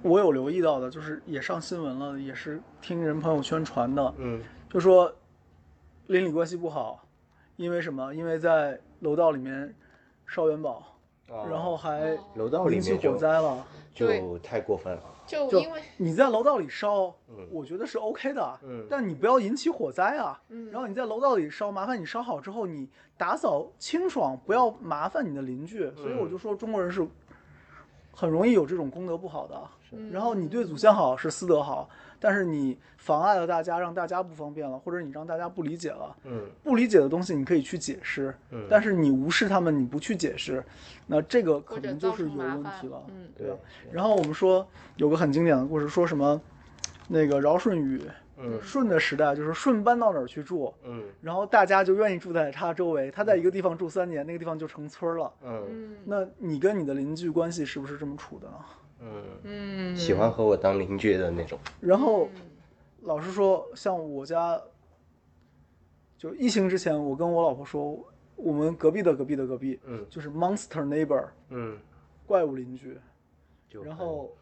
Speaker 1: 我有留意到的，就是也上新闻了，也是听人朋友圈传的，
Speaker 2: 嗯
Speaker 1: 就说邻里关系不好，因为什么？因为在楼道里面烧元宝，
Speaker 2: 啊
Speaker 1: 然后还
Speaker 3: 哦
Speaker 2: 楼道里
Speaker 1: 引起
Speaker 2: 面就
Speaker 1: 火灾了。
Speaker 2: 就
Speaker 3: 对
Speaker 2: 太过分了。
Speaker 3: 就
Speaker 1: 就
Speaker 3: 因为
Speaker 1: 你在楼道里烧
Speaker 2: 嗯，
Speaker 1: 我觉得是 OK 的，
Speaker 2: 嗯
Speaker 1: 但你不要引起火灾啊。
Speaker 3: 嗯
Speaker 1: 然后你在楼道里烧，麻烦你烧好之后，你打扫清爽，不要麻烦你的邻居。所以我就
Speaker 2: 嗯
Speaker 1: 说中国人是很容易有这种功德不好的。
Speaker 3: 嗯
Speaker 1: 然后你对祖先好是私德好，但是你妨碍了大家，让大家不方便了，或者你让大家不理解了。
Speaker 2: 嗯
Speaker 1: 不理解的东西你可以去解释，
Speaker 2: 嗯
Speaker 1: 但是你无视他们，你不去解释，那这个可
Speaker 3: 或者
Speaker 1: 能
Speaker 3: 造
Speaker 1: 就是
Speaker 3: 成
Speaker 1: 有
Speaker 3: 麻
Speaker 1: 问
Speaker 3: 烦
Speaker 1: 题了。
Speaker 3: 嗯
Speaker 1: 对啊
Speaker 2: 对
Speaker 1: 然后我们说有个很经典的故事，说什么那个尧舜禹，
Speaker 2: 嗯
Speaker 1: 舜的时代就是舜搬到哪儿去住，
Speaker 2: 嗯
Speaker 1: 然后大家就愿意住在他周围，他在一个地方住三年，那个地方就成村儿了。
Speaker 2: 嗯
Speaker 3: 嗯
Speaker 1: 那你跟你的邻居关系是不是这么处的呢？
Speaker 2: 嗯，
Speaker 3: 嗯，
Speaker 2: 喜欢和我当邻居的那种。
Speaker 1: 然后
Speaker 3: 嗯
Speaker 1: 老实说，像我家，就疫情之前，我跟我老婆说，我们隔壁的隔壁的隔壁，
Speaker 2: 嗯
Speaker 1: 就是 monster neighbor
Speaker 2: 嗯，
Speaker 1: 怪物邻居。
Speaker 2: 就
Speaker 1: 然
Speaker 2: 很
Speaker 1: 后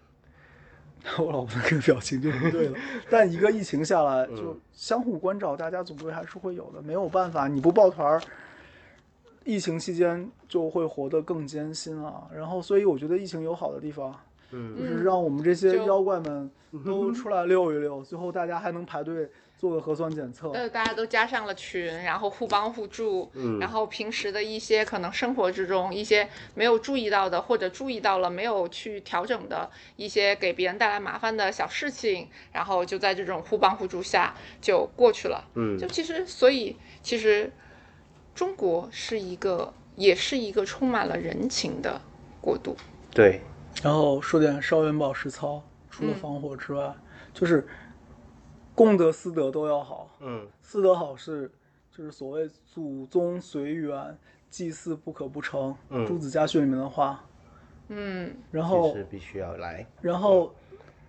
Speaker 1: 我老婆这个表情就不对 了。但一个疫情下来，就
Speaker 2: 嗯
Speaker 1: 相互关照，大家总归还是会有的，没有办法，你不抱团儿，疫情期间就会活得更艰辛啊。然后，所以我觉得疫情有好的地方，就
Speaker 2: 嗯
Speaker 1: 是
Speaker 3: 嗯
Speaker 1: 让我们这些
Speaker 3: 就
Speaker 1: 妖怪们都出来溜一溜，最后大家还能排队做个核酸检测。
Speaker 3: 呃，大家都加上了群，然后互帮互助，
Speaker 2: 嗯
Speaker 3: 然后平时的一些可能生活之中一些没有注意到的，或者注意到了没有去调整的一些给别人带来麻烦的小事情，然后就在这种互帮互助下就过去了。
Speaker 2: 嗯
Speaker 3: 就其实，所以其实中国是一个，也是一个充满了人情的国度。
Speaker 2: 对，
Speaker 1: 然后说点烧元宝实操，除了
Speaker 3: 嗯
Speaker 1: 防火之外，就是功德私德都要好。
Speaker 2: 嗯
Speaker 1: 四德好是就是所谓祖宗随远，祭祀不可不成，
Speaker 2: 嗯
Speaker 1: 朱子家训里面的话。
Speaker 3: 嗯
Speaker 1: 然
Speaker 2: 这
Speaker 1: 后
Speaker 2: 是，必须要来。
Speaker 1: 然后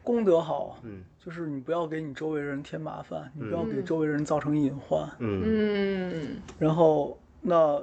Speaker 1: 功德好，
Speaker 2: 嗯
Speaker 1: 就是你不要给你周围人添麻烦，你不要给
Speaker 3: 嗯
Speaker 1: 周围人造成隐患。
Speaker 2: 嗯
Speaker 3: 嗯，
Speaker 1: 然后那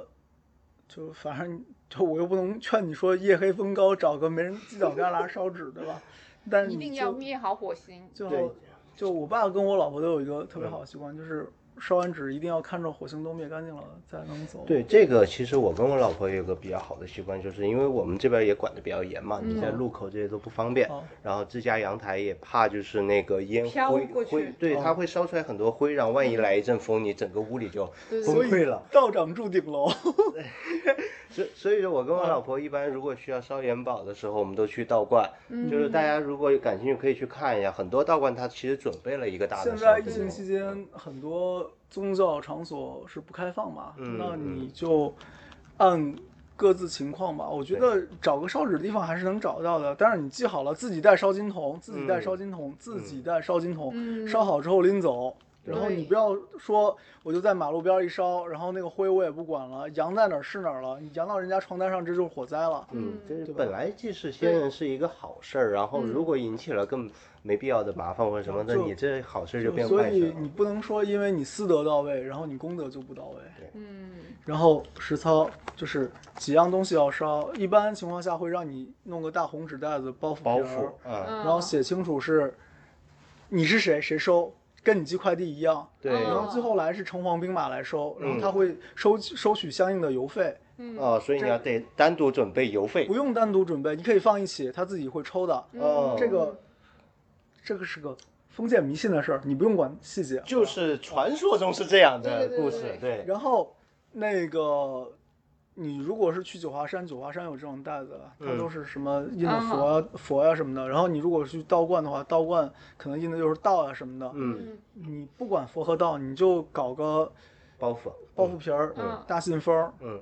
Speaker 1: 就反正就我又不能劝你说夜黑风高找个没人犄角旮旯烧纸，对吧？但
Speaker 3: 一
Speaker 1: 你
Speaker 3: 定
Speaker 1: 就
Speaker 3: 要灭好火星。
Speaker 1: 就
Speaker 2: 对
Speaker 1: 就我爸跟我老婆都有一个特别好的习惯，就是烧完纸一定要看着火星都灭干净了再能走。
Speaker 2: 对这个，其实我跟我老婆有个比较好的习惯，就是因为我们这边也管得比较严嘛，你在路口这些都不方便，
Speaker 1: 嗯哦
Speaker 2: 然后自家阳台也怕就是那个烟
Speaker 3: 飘
Speaker 2: 灰
Speaker 3: 过去
Speaker 2: 灰，对，
Speaker 1: 哦
Speaker 2: 它会烧出来很多灰，然后万一来一阵风，你整个屋里
Speaker 1: 嗯
Speaker 2: 就
Speaker 3: 对对
Speaker 2: 崩
Speaker 3: 对
Speaker 2: 溃了。
Speaker 1: 道长住顶楼。
Speaker 2: 所所以说我跟我老婆一般如果需要烧元宝的时候，我们都去道观，
Speaker 3: 嗯
Speaker 1: 嗯
Speaker 2: 就是大家如果感兴趣可以去看一下，很多道观它其实准备了一个大的
Speaker 1: 现
Speaker 2: 烧
Speaker 1: 在
Speaker 2: 纸
Speaker 1: 疫情期间，很多宗教场所是不开放嘛，
Speaker 2: 嗯
Speaker 1: 那你就按各自情况吧。我觉得找个烧纸的地方还是能找到的，但是你记好了，自己带烧金童，自
Speaker 2: 嗯
Speaker 1: 己带烧金童，自己带烧金童，
Speaker 3: 嗯
Speaker 1: 烧好之后拎走。
Speaker 3: 对
Speaker 1: 然后你不要说，我就在马路边一烧，然后那个灰我也不管了，扬在哪儿是哪儿了，你扬到人家床单上，这就是火灾了。
Speaker 2: 嗯，这是
Speaker 1: 对吧嗯
Speaker 2: 本来祭祀先人是一个好事儿，然后如果引起了更没必要的麻烦或者什么的，
Speaker 1: 就
Speaker 2: 你这好事就
Speaker 1: 就
Speaker 2: 变
Speaker 1: 所
Speaker 2: 坏
Speaker 1: 以
Speaker 2: 事
Speaker 1: 你
Speaker 2: 了。
Speaker 1: 不能说因为你私德到位，然后你功德就不到位。
Speaker 3: 嗯
Speaker 1: 然后实操就是几样东西要烧，一般情况下会让你弄个大红纸袋子包袱
Speaker 2: 包
Speaker 1: 包
Speaker 2: 袱，嗯，
Speaker 1: 然后写清楚是你是谁，谁收，跟你寄快递一样。
Speaker 2: 对，
Speaker 3: 嗯
Speaker 1: 然后最后来是城隍兵马来收，然后
Speaker 2: 嗯
Speaker 1: 他会收收取相应的邮费，
Speaker 3: 嗯
Speaker 2: 哦，所以你要得单独准备邮
Speaker 1: 嗯
Speaker 2: 费
Speaker 1: 不。用单独准备，你可以放一起，他自己会抽的。
Speaker 3: 嗯
Speaker 2: 哦，
Speaker 1: 这个这个是个封建迷信的事儿，你不用管细节。
Speaker 2: 就是传说中是这样的
Speaker 3: 对对对
Speaker 2: 故
Speaker 3: 对
Speaker 2: 事，
Speaker 3: 对
Speaker 2: 对，
Speaker 1: 然后那个，你如果是去九华山，九华山有这种袋子，它
Speaker 2: 嗯
Speaker 1: 都是什么印的佛啊、佛呀、什么的。然后你如果去道观的话，道观可能印的就是道呀、啊什么的。
Speaker 2: 嗯，
Speaker 3: 嗯
Speaker 1: 你不管佛和道，你就搞个
Speaker 2: 包袱，
Speaker 1: 包袱皮儿、
Speaker 3: 嗯
Speaker 1: 大信封儿，
Speaker 2: 嗯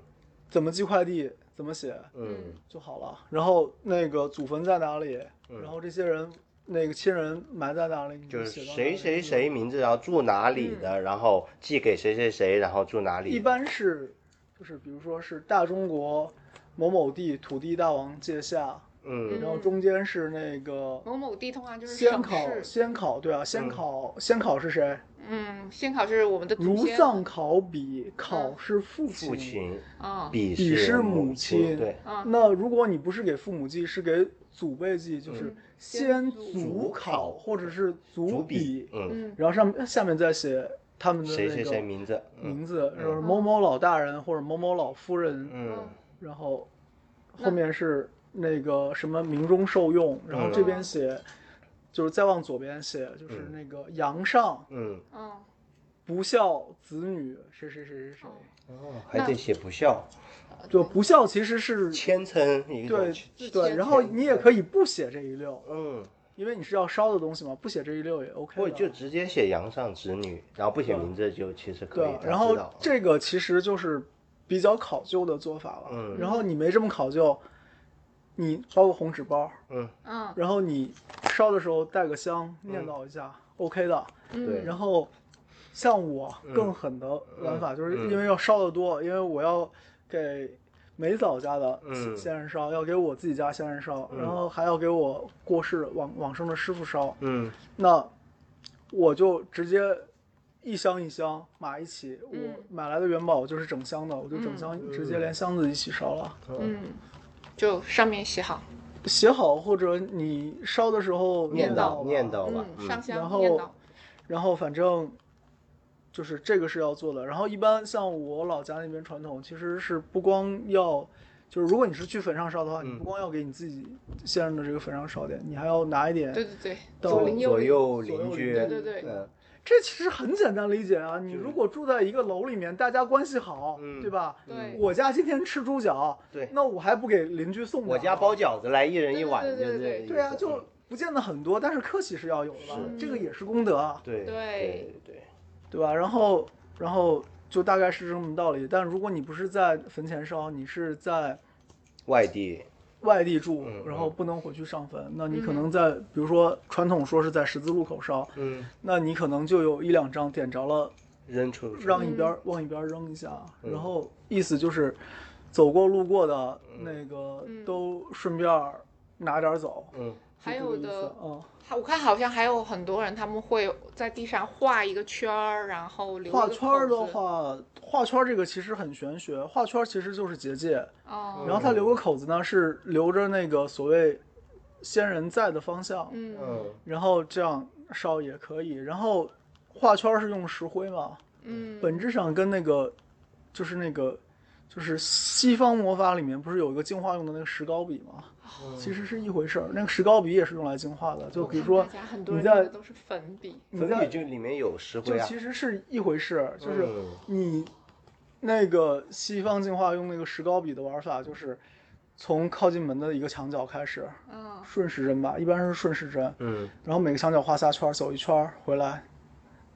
Speaker 1: 怎么寄快递怎么写
Speaker 2: 嗯
Speaker 1: 就好了。然后那个祖坟在哪里？然后这些人那个亲人埋在哪里？你
Speaker 2: 就是
Speaker 1: 写到哪
Speaker 2: 谁
Speaker 1: 里嗯
Speaker 2: 谁谁名字，然后住哪里的，然后寄给谁谁谁，然后住哪里。
Speaker 1: 一般是，就是比如说是大中国某某地土地大王界下，
Speaker 2: 嗯
Speaker 1: 然后中间是那个
Speaker 3: 某某地通常就是
Speaker 1: 仙
Speaker 3: 省
Speaker 1: 考，
Speaker 3: 嗯市，
Speaker 1: 仙考对啊，
Speaker 2: 嗯
Speaker 1: 仙考仙考是谁？
Speaker 3: 嗯，仙考是我们的祖
Speaker 1: 如
Speaker 3: 先，嗯
Speaker 1: 丧考比，考是父亲，
Speaker 2: 父亲，
Speaker 3: 啊，
Speaker 2: 比
Speaker 1: 比是
Speaker 2: 母
Speaker 1: 母亲
Speaker 2: 对，
Speaker 3: 嗯
Speaker 1: 那如果你不是给父母祭，是给祖辈祭，就是先
Speaker 3: 嗯先
Speaker 1: 祖
Speaker 3: 祖
Speaker 1: 考
Speaker 2: 考
Speaker 1: 或者是祖
Speaker 2: 主笔，嗯，
Speaker 3: 嗯
Speaker 1: 然后上面下面再写他们的
Speaker 2: 谁谁
Speaker 1: 嗯那
Speaker 2: 谁
Speaker 1: 个
Speaker 2: 名字，
Speaker 1: 名字，就是
Speaker 3: 嗯
Speaker 1: 某某老大人或者某某老夫人，
Speaker 2: 嗯
Speaker 1: 然后
Speaker 3: 那
Speaker 1: 后面是那个什么明中受用，然后
Speaker 2: 嗯
Speaker 1: 这边写，就是再往左边写，就是
Speaker 2: 嗯
Speaker 1: 那个阳上
Speaker 2: 嗯，
Speaker 3: 嗯，
Speaker 1: 不孝子女谁谁谁谁谁，
Speaker 2: 哦，还得写不孝，
Speaker 1: 就不孝其实是
Speaker 2: 谦称一种
Speaker 1: 对
Speaker 2: 谦，
Speaker 1: 对，然后你也可以不写这一溜，
Speaker 2: 嗯，
Speaker 1: 因为你是要烧的东西嘛，不写这一溜也 OK
Speaker 2: 或
Speaker 1: 的。
Speaker 2: 者就直接写阳上子女，然后不写名字就其实可以
Speaker 1: 对，，
Speaker 2: 他
Speaker 1: 然
Speaker 2: 知
Speaker 1: 后
Speaker 2: 道啊
Speaker 1: 这个其实就是比较考究的做法了。
Speaker 2: 嗯
Speaker 1: 然后你没这么考究，你包个红纸包，
Speaker 2: 嗯，
Speaker 3: 嗯，
Speaker 1: 然后你烧的时候带个香，念叨一下、o k 的。
Speaker 3: 嗯
Speaker 2: 对，嗯
Speaker 1: 然后像我更狠的玩法，就是因为要烧的多，因为我要给梅嫂家的
Speaker 2: 嗯
Speaker 1: 仙人烧，要给我自己家仙人烧，
Speaker 2: 嗯
Speaker 1: 然后还要给我过世往往生的师傅烧。
Speaker 2: 嗯
Speaker 1: 那我就直接一箱一箱码一起，
Speaker 3: 嗯
Speaker 1: 我买来的元宝就是整箱的，我就整箱
Speaker 2: 嗯
Speaker 1: 直接连箱子一起烧了。
Speaker 3: 嗯，就上面写好，
Speaker 1: 写好或者你烧的时候
Speaker 2: 念
Speaker 1: 叨
Speaker 2: 叨念
Speaker 1: 叨，
Speaker 2: 叨吧，
Speaker 3: 嗯，上
Speaker 1: 然
Speaker 3: 香
Speaker 1: 后
Speaker 3: 念叨，
Speaker 1: 然后反正就是这个是要做的。然后一般像我老家那边传统其实是不光要。就是如果你是去坟上烧的话，你
Speaker 2: 嗯
Speaker 1: 不光要给你自己先人的这个坟上烧点，你还要拿一点
Speaker 3: 对对对，
Speaker 1: 哎到
Speaker 3: 左邻右
Speaker 2: 左
Speaker 3: 里
Speaker 2: 右
Speaker 1: 左右
Speaker 2: 邻
Speaker 1: 邻
Speaker 2: 居，
Speaker 3: 居对对对
Speaker 2: 嗯
Speaker 1: 这其实很简单理解啊，你
Speaker 2: 就是
Speaker 1: 如果住在一个楼里面，大家关系好，
Speaker 2: 嗯
Speaker 1: 对吧？
Speaker 3: 对
Speaker 1: 我家今天吃猪脚，
Speaker 2: 对
Speaker 1: 那我还不给邻居送点
Speaker 2: 我家包饺子来，一人一碗，
Speaker 3: 对对
Speaker 2: 就
Speaker 3: 对
Speaker 2: 这
Speaker 3: 对
Speaker 2: 意
Speaker 1: 对啊，
Speaker 2: 思
Speaker 1: 就
Speaker 2: 嗯
Speaker 1: 不见得很多，但是客气是要有的吧
Speaker 2: 是，
Speaker 1: 这个
Speaker 3: 嗯
Speaker 1: 也是功德啊，
Speaker 2: 对
Speaker 3: 对
Speaker 2: 对对，
Speaker 1: 对吧？然后，然后就大概是这么道理。但如果你不是在坟前烧，你是在
Speaker 2: 外地，
Speaker 1: 外地住
Speaker 2: 嗯，
Speaker 1: 然后不能回去上坟，那你可
Speaker 3: 嗯
Speaker 1: 能在，比如说传统说是在十字路口烧，
Speaker 2: 嗯，
Speaker 1: 那你可能就有一两张点着了。
Speaker 2: 扔出去，
Speaker 1: 让一
Speaker 3: 嗯
Speaker 1: 边儿往一边儿扔一下，
Speaker 2: 嗯
Speaker 1: 然后意思就是走过路过的那个
Speaker 3: 嗯
Speaker 1: 都顺便儿拿点儿走，
Speaker 2: 嗯
Speaker 3: 还
Speaker 1: 就
Speaker 3: 有
Speaker 1: 这个意
Speaker 3: 的
Speaker 1: 思，嗯，
Speaker 3: 还我看好像还有很多人，他们会在地上画一个圈儿，然后留
Speaker 1: 画
Speaker 3: 一个
Speaker 1: 圈儿的
Speaker 3: 口子，
Speaker 1: 话，画圈儿这个其实很玄学，画圈儿其实就是结界，
Speaker 3: 哦，
Speaker 1: 然后它留个口子呢是留着那个所谓仙人在的方向，
Speaker 3: 嗯
Speaker 2: 嗯
Speaker 1: 然后这样烧也可以，然后画圈儿是用石灰嘛，
Speaker 3: 嗯，
Speaker 1: 本质上跟那个就是那个就是西方魔法里面不是有一个净化用的那个石膏笔吗？
Speaker 2: 嗯
Speaker 1: 其实是一回事儿。那个石膏笔也是用来净化的，就
Speaker 3: 我
Speaker 1: 比如
Speaker 3: 嗯看
Speaker 1: 说
Speaker 3: 大家很多
Speaker 1: 你
Speaker 3: 人用的
Speaker 1: 在
Speaker 3: 都是粉笔，
Speaker 1: 你
Speaker 2: 粉笔
Speaker 1: 在
Speaker 2: 嗯就里面有石
Speaker 1: 就
Speaker 2: 灰啊，
Speaker 1: 其实是一回事儿，就是
Speaker 2: 嗯
Speaker 1: 你那个西方净化用那个石膏笔的玩法就是。从靠近门的一个墙角开始，
Speaker 3: 嗯，
Speaker 1: 顺时针吧，一般是顺时针，
Speaker 2: 嗯
Speaker 1: 然后每个墙角画仨圈儿，走一圈儿回来，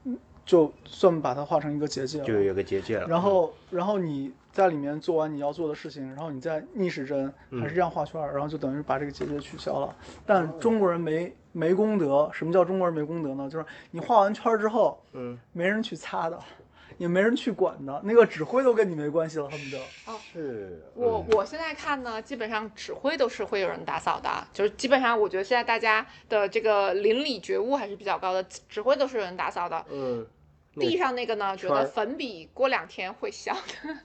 Speaker 1: 嗯就算把它画成一个结界了。
Speaker 2: 就有个结界了，
Speaker 1: 然后，然后你在里面做完你要做的事情，然后你再逆时针还是这样画圈儿，然后就等于把这个结界取消了。但中国人没没功德，什么叫中国人没功德呢？就是你画完圈儿之后，
Speaker 2: 嗯
Speaker 1: 没人去擦的，也没人去管的，那个指挥都跟你没关系了，恨不得。
Speaker 2: 是，
Speaker 3: 哦我
Speaker 2: 嗯
Speaker 3: 我现在看呢，基本上指挥都是会有人打扫的，就是基本上我觉得现在大家的这个邻里觉悟还是比较高的，指挥都是有人打扫的。
Speaker 2: 嗯那个
Speaker 3: 地上那个呢，觉
Speaker 2: 圈
Speaker 3: 得
Speaker 2: 儿
Speaker 3: 粉笔过两天会消的。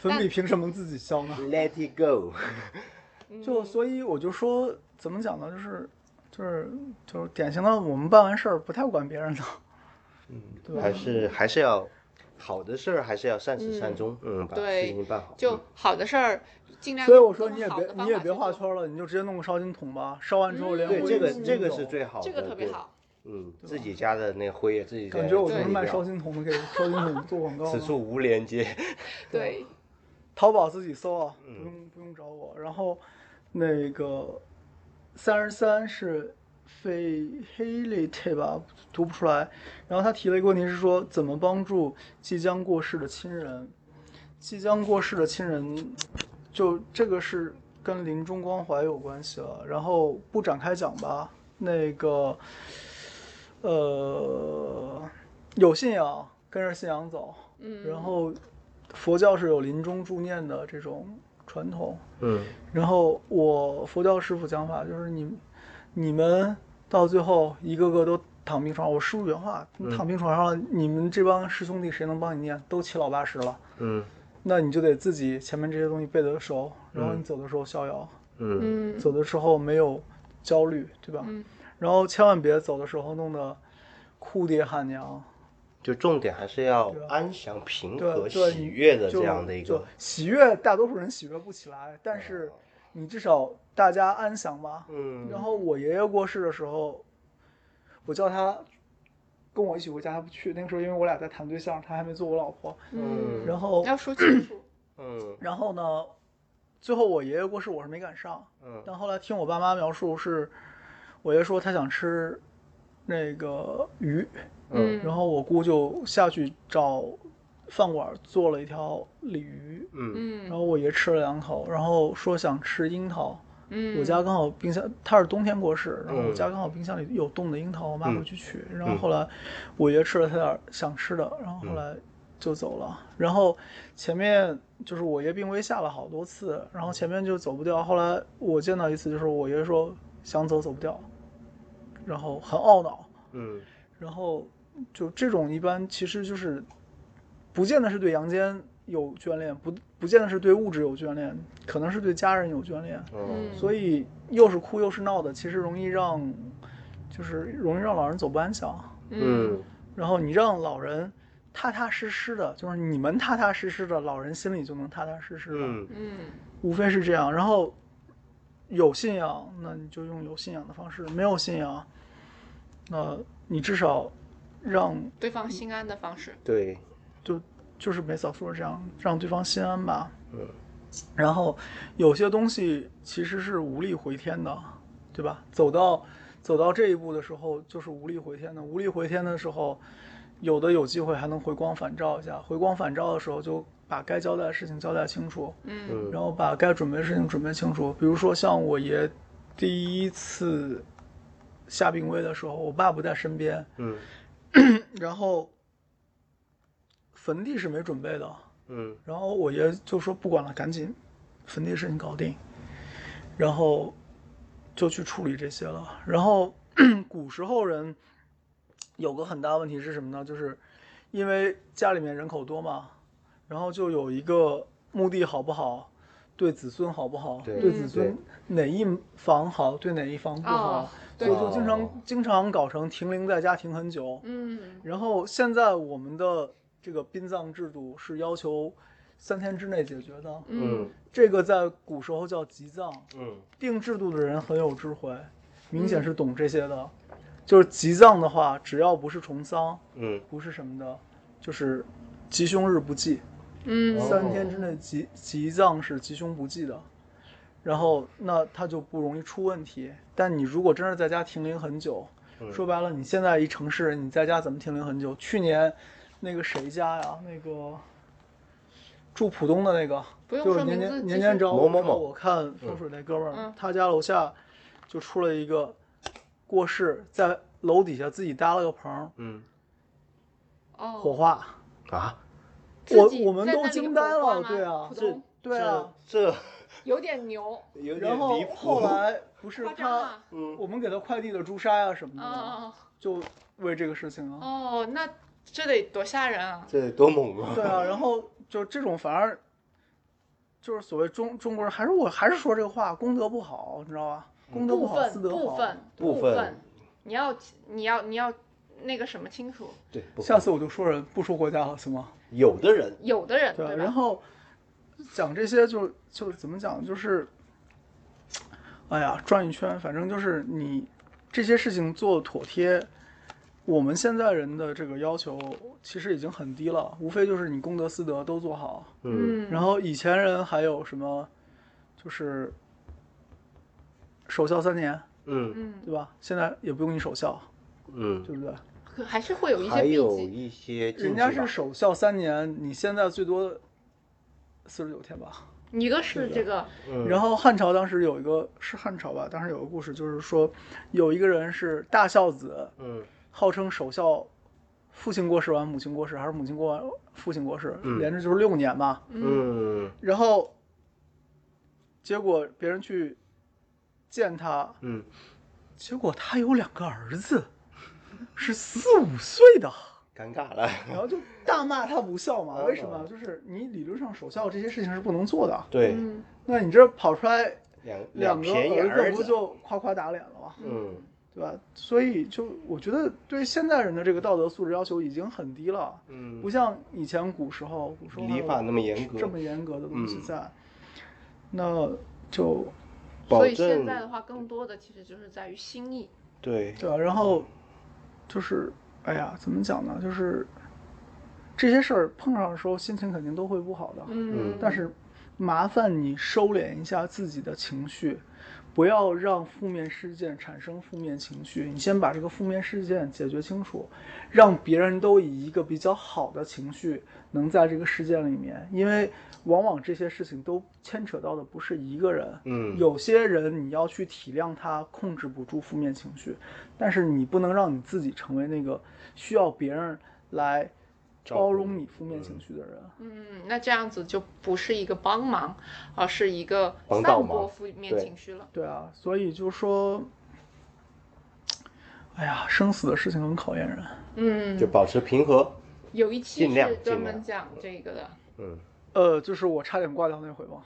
Speaker 1: 粉笔凭什么自己消呢？
Speaker 2: ，Let it go，
Speaker 3: 嗯
Speaker 1: 就所以我就说，怎么讲呢？就是就是就是典型的我们办完事儿不太管别人的。
Speaker 3: 嗯啊
Speaker 1: 对
Speaker 2: 还是还是要好的事儿，还是要善始善终，嗯，把
Speaker 3: 对
Speaker 2: 事情办好，嗯
Speaker 3: 就好的事儿，尽量
Speaker 1: 所以我
Speaker 3: 用
Speaker 1: 说你也
Speaker 3: 好
Speaker 1: 别
Speaker 3: 的方法去做。
Speaker 1: 你也别画圈了，你就直接弄个烧金桶吧，烧完之后连
Speaker 2: 对
Speaker 1: 灰
Speaker 2: 这个
Speaker 1: 一起
Speaker 2: 这个
Speaker 1: 弄
Speaker 2: 是
Speaker 1: 走
Speaker 2: 最好的，
Speaker 3: 这个特别
Speaker 2: 对
Speaker 3: 好。啊
Speaker 2: 嗯，自己家的那个灰也啊自己
Speaker 1: 感觉我
Speaker 2: 自
Speaker 1: 就
Speaker 2: 己
Speaker 1: 是卖
Speaker 2: 掉
Speaker 1: 烧金桶的，给烧金桶做广告
Speaker 2: 此
Speaker 1: 了。
Speaker 2: 处无连接，
Speaker 1: 啊
Speaker 3: 对，
Speaker 1: 淘宝自己搜啊，不用不用找我。然后那个三十三是费黑利特吧，读不出来。然后他提了一个问题是说，怎么帮助即将过世的亲人？即将过世的亲人，就这个是跟临终关怀有关系了。然后不展开讲吧。那个，呃，有信仰，跟着信仰走。
Speaker 3: 嗯，
Speaker 1: 然后佛教是有临终助念的这种传统。
Speaker 2: 嗯
Speaker 1: 然后我佛教师傅讲法就是你你们到最后一个个都躺病床，我师傅原话，躺病床上了，你们这帮师兄弟谁能帮你念？都七老八十了，
Speaker 2: 嗯
Speaker 1: 那你就得自己前面这些东西背得熟，然后你走的时候逍遥，
Speaker 2: 嗯
Speaker 3: 嗯，
Speaker 1: 走的时候没有焦虑，对吧？
Speaker 3: 嗯
Speaker 1: 然后千万别走的时候弄得哭爹喊娘，
Speaker 2: 就重点还是要
Speaker 1: 对啊
Speaker 2: 安详、平
Speaker 1: 对啊
Speaker 2: 和、
Speaker 1: 对
Speaker 2: 喜
Speaker 1: 你
Speaker 2: 悦的
Speaker 1: 就
Speaker 2: 这样的一
Speaker 1: 就
Speaker 2: 个，啊
Speaker 1: 喜悦，大多数人喜悦不起来，但是你至少大家安详吧。
Speaker 2: 嗯
Speaker 1: 然后我爷爷过世的时候，我叫他跟我一起回家，他不去。那个时候因为我俩在谈对象，他还没做我老婆。
Speaker 3: 嗯，
Speaker 1: 然后，
Speaker 3: 要说清楚。
Speaker 2: 嗯
Speaker 1: 然后呢，最后我爷爷过世，我是没赶上。
Speaker 2: 嗯
Speaker 1: 但后来听我爸妈描述是，我爷说他想吃那个鱼，
Speaker 2: 嗯
Speaker 1: 然后我姑就下去找饭馆做了一条鲤鱼。
Speaker 2: 嗯
Speaker 1: 然
Speaker 3: 嗯
Speaker 1: 后我爷吃了两口，然后说想吃樱桃。
Speaker 3: 嗯，
Speaker 1: 我家刚好冰箱，他是冬天过世，然后我
Speaker 2: 嗯
Speaker 1: 家刚好冰箱里有冻的樱桃，我妈
Speaker 2: 嗯嗯
Speaker 1: 回去取。然后后来我爷吃了他点儿想吃的，然后后来就走了。然后前面就是我爷病危下了好多次，然后前面就走不掉。后来我见到一次，就是我爷说想走走不掉，然后很懊恼。
Speaker 2: 嗯
Speaker 1: 然后就这种一般其实就是，不见得是对阳间有眷恋，不不见得是对物质有眷恋，可能是对家人有眷恋。
Speaker 2: 嗯
Speaker 1: 所以又是哭又是闹的，其实容易让，就是容易让老人走不安详。
Speaker 3: 嗯，
Speaker 1: 然后你让老人踏踏实实的，就是你们踏踏实实的，老人心里就能踏踏实实的，
Speaker 2: 嗯
Speaker 3: 嗯
Speaker 1: 无非是这样。然后有信仰，那你就用有信仰的方式；没有信仰，那你至少让
Speaker 3: 对方心安的方式，
Speaker 2: 对，
Speaker 1: 就就是梅嫂说的这样，让对方心安吧。
Speaker 2: 嗯
Speaker 1: 然后有些东西其实是无力回天的，对吧？走到走到这一步的时候，就是无力回天的。无力回天的时候，有的有机会还能回光返照一下。回光返照的时候，就把该交代的事情交代清楚，
Speaker 3: 嗯
Speaker 2: 嗯
Speaker 1: 然后把该准备的事情准备清楚。比如说像我爷第一次下病危的时候，我爸不在身边，
Speaker 2: 嗯
Speaker 1: 然后坟地是没准备的，
Speaker 2: 嗯
Speaker 1: 然后我爷就说不管了，赶紧坟地事情搞定，然后就去处理这些了。然后 古时候人有个很大问题是什么呢？就是因为家里面人口多嘛，然后就有一个墓地好不好，对子孙好不好，
Speaker 2: 对
Speaker 1: 子
Speaker 3: 嗯
Speaker 1: 孙哪一房好，对哪一房不好，
Speaker 3: 哦
Speaker 1: 所
Speaker 3: 对
Speaker 1: 以就经常、
Speaker 2: 哦
Speaker 1: 经常搞成停灵在家停很久。
Speaker 3: 嗯
Speaker 1: 然后现在我们的这个殡葬制度是要求三天之内解决的，
Speaker 3: 嗯
Speaker 1: 这个在古时候叫急葬。
Speaker 2: 嗯
Speaker 1: 定制度的人很有智慧，明显是懂这些的。就是急葬的话，只要不是重丧，
Speaker 2: 嗯
Speaker 1: 不是什么的，就是吉凶日不忌，
Speaker 3: 嗯
Speaker 2: 哦
Speaker 1: 三天之内急急葬是吉凶不忌的。然后那它就不容易出问题。但你如果真是在家停灵很久，
Speaker 2: 嗯
Speaker 1: 说白了，你现在一城市人，你在家怎么停留很久？去年那个谁家呀，那个住浦东的那个，
Speaker 3: 不用
Speaker 1: 就是
Speaker 3: 说
Speaker 1: 年
Speaker 3: 名
Speaker 1: 年
Speaker 3: 字继
Speaker 1: 年
Speaker 3: 续
Speaker 1: 年找我
Speaker 2: 某某某
Speaker 1: 找我看风水那哥们儿，
Speaker 3: 嗯
Speaker 1: 他家楼下就出了一个过世，在楼底下自己搭了个棚儿，
Speaker 2: 嗯
Speaker 1: 火
Speaker 3: 哦，
Speaker 1: 化。
Speaker 2: 啊，
Speaker 3: 自
Speaker 1: 我
Speaker 3: 己
Speaker 1: 我们
Speaker 3: 在
Speaker 1: 都
Speaker 3: 那里
Speaker 1: 惊
Speaker 3: 火
Speaker 1: 呆
Speaker 3: 化
Speaker 1: 了，
Speaker 3: 吗
Speaker 1: 对啊
Speaker 3: 浦，
Speaker 1: 这
Speaker 3: 东
Speaker 1: 对啊。
Speaker 2: 这
Speaker 3: 有点牛，
Speaker 2: 这有
Speaker 1: 然
Speaker 2: 点
Speaker 1: 后
Speaker 2: 离谱
Speaker 1: 后。来不是
Speaker 3: 夸张
Speaker 1: 他，嗯
Speaker 3: 啊！
Speaker 2: 嗯
Speaker 1: 我们给他快递了朱砂呀什么的嘛，
Speaker 3: 哦
Speaker 1: 就为这个事情啊。
Speaker 3: 哦，那这得多吓人啊！
Speaker 2: 这多猛啊！
Speaker 1: 对啊，然后就这种反而就是所谓中中国人，还是我还是说这个话，功德不好，你知道吧？功德不
Speaker 3: 部
Speaker 1: 好，
Speaker 3: 分
Speaker 1: 私德好。
Speaker 3: 部分
Speaker 2: 部
Speaker 3: 部
Speaker 2: 分
Speaker 3: 分，你要你要你要那个什么清楚，
Speaker 2: 对，不
Speaker 1: 下次我就说人不说国家了，行吗？
Speaker 2: 有的人，
Speaker 3: 有的人
Speaker 1: 啊
Speaker 3: 对
Speaker 1: 然
Speaker 3: 吧？
Speaker 1: 后讲这些就就怎么讲，就是，哎呀，转一圈，反正就是你这些事情做妥帖。我们现在人的这个要求其实已经很低了，无非就是你功德私德都做好，
Speaker 2: 嗯
Speaker 1: 然后以前人还有什么，就是守孝三年，
Speaker 2: 嗯
Speaker 3: 嗯，
Speaker 1: 对吧？现在也不用你守孝，
Speaker 2: 嗯，
Speaker 1: 对不对？
Speaker 3: 可还是会有一些
Speaker 2: 还
Speaker 3: 避
Speaker 2: 有
Speaker 3: 忌，
Speaker 2: 一些禁忌
Speaker 1: 人
Speaker 2: 吧
Speaker 1: 家是守孝三年，你现在最多四十九天吧。
Speaker 3: 一个是这个
Speaker 2: 嗯
Speaker 1: 然后汉朝当时有一个是汉朝吧，当时有个故事，就是说有一个人是大孝子，
Speaker 2: 嗯
Speaker 1: 号称守孝，父亲过世完母亲过世，还是母亲过完父亲过世，
Speaker 2: 嗯
Speaker 1: 连着就是六年吧。
Speaker 2: 嗯
Speaker 1: 然后结果别人去见他，
Speaker 2: 嗯
Speaker 1: 结果他有两个儿 子，是四五岁的，啊
Speaker 2: 尴尬了，
Speaker 1: 然后就大骂他无孝嘛。
Speaker 2: 嗯
Speaker 1: 为什么？就是你理论上守孝这些事情是不能做的，
Speaker 2: 对，
Speaker 3: 嗯
Speaker 1: 那你这跑出来
Speaker 2: 两
Speaker 1: 两个
Speaker 2: 便宜儿
Speaker 1: 儿
Speaker 2: 子
Speaker 1: 子不就夸夸打脸了吗？
Speaker 2: 嗯
Speaker 1: 对吧？所以就我觉得对现代人的这个道德素质要求已经很低了，
Speaker 2: 嗯
Speaker 1: 不像以前古时候，古时候
Speaker 2: 礼法那么严格
Speaker 1: 这么严格的东西
Speaker 2: 嗯
Speaker 1: 在，那就
Speaker 2: 保
Speaker 3: 所以现
Speaker 2: 证
Speaker 3: 在的话，更多的其实就是在于心意，
Speaker 2: 对
Speaker 1: 对啊，然后就是，哎呀，怎么讲呢？就是这些事儿碰上的时候，心情肯定都会不好的。
Speaker 3: 嗯，
Speaker 1: 但是麻烦你收敛一下自己的情绪，不要让负面事件产生负面情绪。你先把这个负面事件解决清楚，让别人都以一个比较好的情绪能在这个事件里面，因为往往这些事情都牵扯到的不是一个人。
Speaker 2: 嗯
Speaker 1: 有些人你要去体谅他控制不住负面情绪，但是你不能让你自己成为那个需要别人来
Speaker 2: 照顾
Speaker 1: 包容你负面情绪的人。
Speaker 3: 嗯，那这样子就不是一个帮忙，而是一个
Speaker 2: 帮
Speaker 3: 散
Speaker 2: 倒
Speaker 3: 播
Speaker 2: 忙
Speaker 3: 负面
Speaker 2: 对
Speaker 3: 情绪了。
Speaker 1: 对啊，所以就说，哎呀，生死的事情很考验人。
Speaker 3: 嗯，
Speaker 2: 就保持平和。
Speaker 3: 有一期
Speaker 2: 尽量
Speaker 3: 是专
Speaker 2: 尽
Speaker 3: 门
Speaker 2: 量
Speaker 3: 讲这个的，
Speaker 2: 嗯，
Speaker 1: 呃，就是我差点挂掉那回嘛，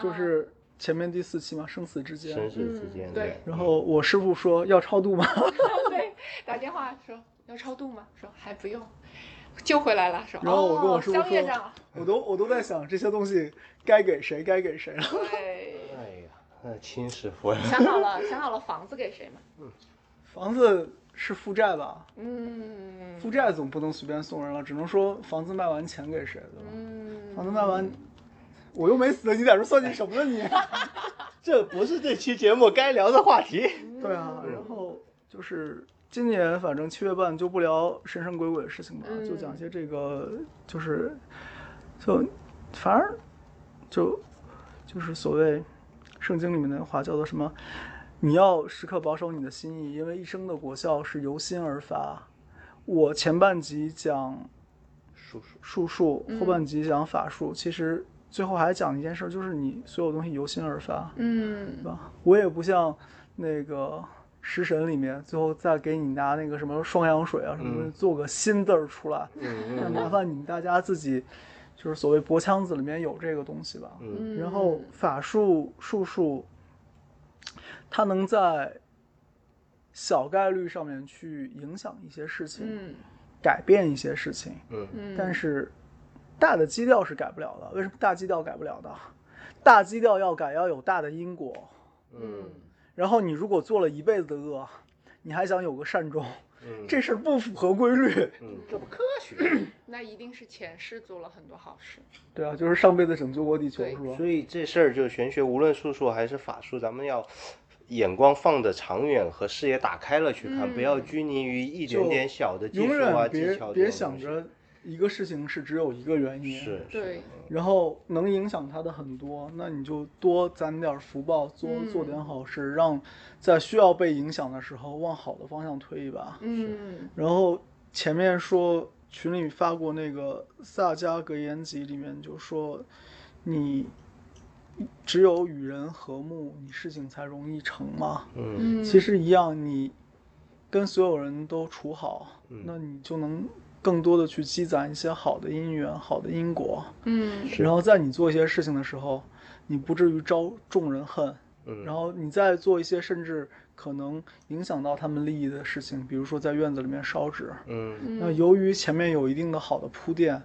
Speaker 1: 就
Speaker 3: 啊
Speaker 1: 是前面第四期嘛，生死之
Speaker 2: 生
Speaker 1: 间。
Speaker 2: 死之间对
Speaker 3: 嗯对。
Speaker 1: 然后我师傅说要超度嘛，
Speaker 3: 对，打电话说要超度吗？说还不用，救回来了。说
Speaker 1: 然后我跟我
Speaker 3: 哦
Speaker 1: 师傅
Speaker 3: 肖院
Speaker 1: 说
Speaker 3: 长，
Speaker 1: 我都我都在想这些东西该给谁，该给谁了。
Speaker 3: 对，
Speaker 2: 哎呀，那亲师傅呀，
Speaker 3: 想好了，想好了房子给谁嘛？
Speaker 1: 房子是负债吧？
Speaker 3: 嗯
Speaker 1: 负债总不能随便送人了，只能说房子卖完钱给谁，对吧？
Speaker 3: 嗯，
Speaker 1: 房子卖完，我又没死，你在这算计什么呢你？
Speaker 2: 这不是这期节目该聊的话题。
Speaker 3: 嗯
Speaker 1: 对啊，然后就是今年反正七月半就不聊神神鬼鬼的事情吧，
Speaker 3: 嗯
Speaker 1: 就讲一些这个就是就反而就就是所谓圣经里面的话叫做什么？你要时刻保守你的心意，因为一生的果效是由心而发。我前半集讲
Speaker 2: 叔叔，
Speaker 1: 术数，
Speaker 3: 嗯
Speaker 1: 后半集讲法术，其实最后还讲一件事儿，就是你所有东西由心而发。对
Speaker 3: 嗯，
Speaker 1: 吧？我也不像那个食神里面，最后再给你拿那个什么双氧水啊什么的，
Speaker 2: 嗯
Speaker 1: 做个新字儿出来。
Speaker 2: 嗯
Speaker 1: 那
Speaker 2: 嗯
Speaker 1: 麻烦你们大家自己，就是所谓脖腔子里面有这个东西吧。
Speaker 2: 嗯
Speaker 1: 然后法术术数，它能在小概率上面去影响一些事情，
Speaker 3: 嗯
Speaker 1: 改变一些事情，
Speaker 2: 嗯
Speaker 3: 嗯，
Speaker 1: 但是大的基调是改不了的。为什么大基调改不了的？大基调要改，要有大的因果。
Speaker 2: 嗯
Speaker 1: 然后你如果做了一辈子的恶，你还想有个善终，
Speaker 2: 嗯，
Speaker 1: 这事儿不符合规律。
Speaker 2: 嗯这不科学。
Speaker 3: 那一定是前世做了很多好事。
Speaker 1: 对啊，就是上辈子拯救过地球
Speaker 3: 对
Speaker 1: 是吧？
Speaker 2: 所以这事儿就是玄学，无论术数还是法术，咱们要眼光放得长远和视野打开了去看，
Speaker 3: 嗯
Speaker 2: 不要拘泥于一点点小的技
Speaker 1: 永
Speaker 2: 术啊、
Speaker 1: 远
Speaker 2: 技
Speaker 1: 别
Speaker 2: 巧这种东西。
Speaker 1: 别想着一个事情是只有一个原因，
Speaker 2: 是，
Speaker 3: 对，
Speaker 1: 然后能影响他的很多，那你就多攒点福报，多
Speaker 3: 嗯
Speaker 1: 做点好事，让在需要被影响的时候往好的方向推一把。
Speaker 3: 嗯
Speaker 1: 然后前面说群里发过那个萨迦格言集里面就说，你只有与人和睦，你事情才容易成嘛。
Speaker 2: 嗯
Speaker 3: 嗯，
Speaker 1: 其实一样，你跟所有人都处好，
Speaker 2: 嗯
Speaker 1: 那你就能更多的去积攒一些好的因缘、好的因果。
Speaker 3: 嗯
Speaker 2: 是
Speaker 1: 然后在你做一些事情的时候，你不至于招众人恨，
Speaker 2: 嗯，
Speaker 1: 然后你再做一些甚至可能影响到他们利益的事情，比如说在院子里面烧纸，
Speaker 2: 嗯
Speaker 3: 嗯，
Speaker 1: 那由于前面有一定的好的铺垫，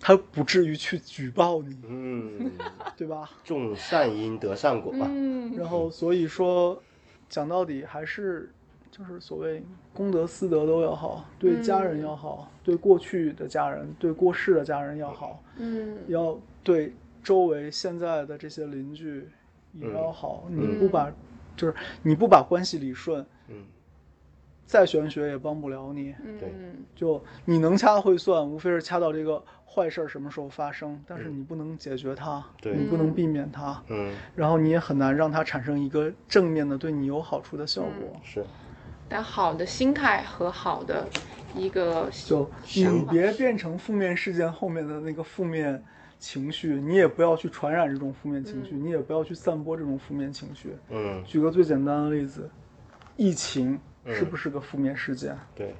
Speaker 1: 他不至于去举报你，
Speaker 2: 嗯，
Speaker 1: 对吧？
Speaker 2: 种善因得善果吧。
Speaker 3: 嗯
Speaker 1: 然后所以说，讲到底还是就是所谓公德私德都要好，对家人要好，对过去的家人、对过世的家人要好，
Speaker 3: 嗯
Speaker 1: 要对周围现在的这些邻居也要好。你不把就是你不把关系理顺，
Speaker 2: 嗯，
Speaker 1: 再玄学也帮不了你。
Speaker 2: 对
Speaker 3: 嗯
Speaker 1: 就你能掐会算，无非是掐到这个坏事儿什么时候发生，但是你不能解决它，
Speaker 2: 对
Speaker 1: 你不能避免它，
Speaker 2: 嗯，
Speaker 1: 然后你也很难让它产生一个正面的对你有好处的效果。
Speaker 2: 是，
Speaker 3: 但好的心态和好的一个
Speaker 1: 就你别变成负面事件后面的那个负面情绪，你也不要去传染这种负面情绪，你也不要去散播这种负面情绪。
Speaker 2: 嗯，
Speaker 1: 举个最简单的例子，疫情是不是个负面事件？
Speaker 2: 对，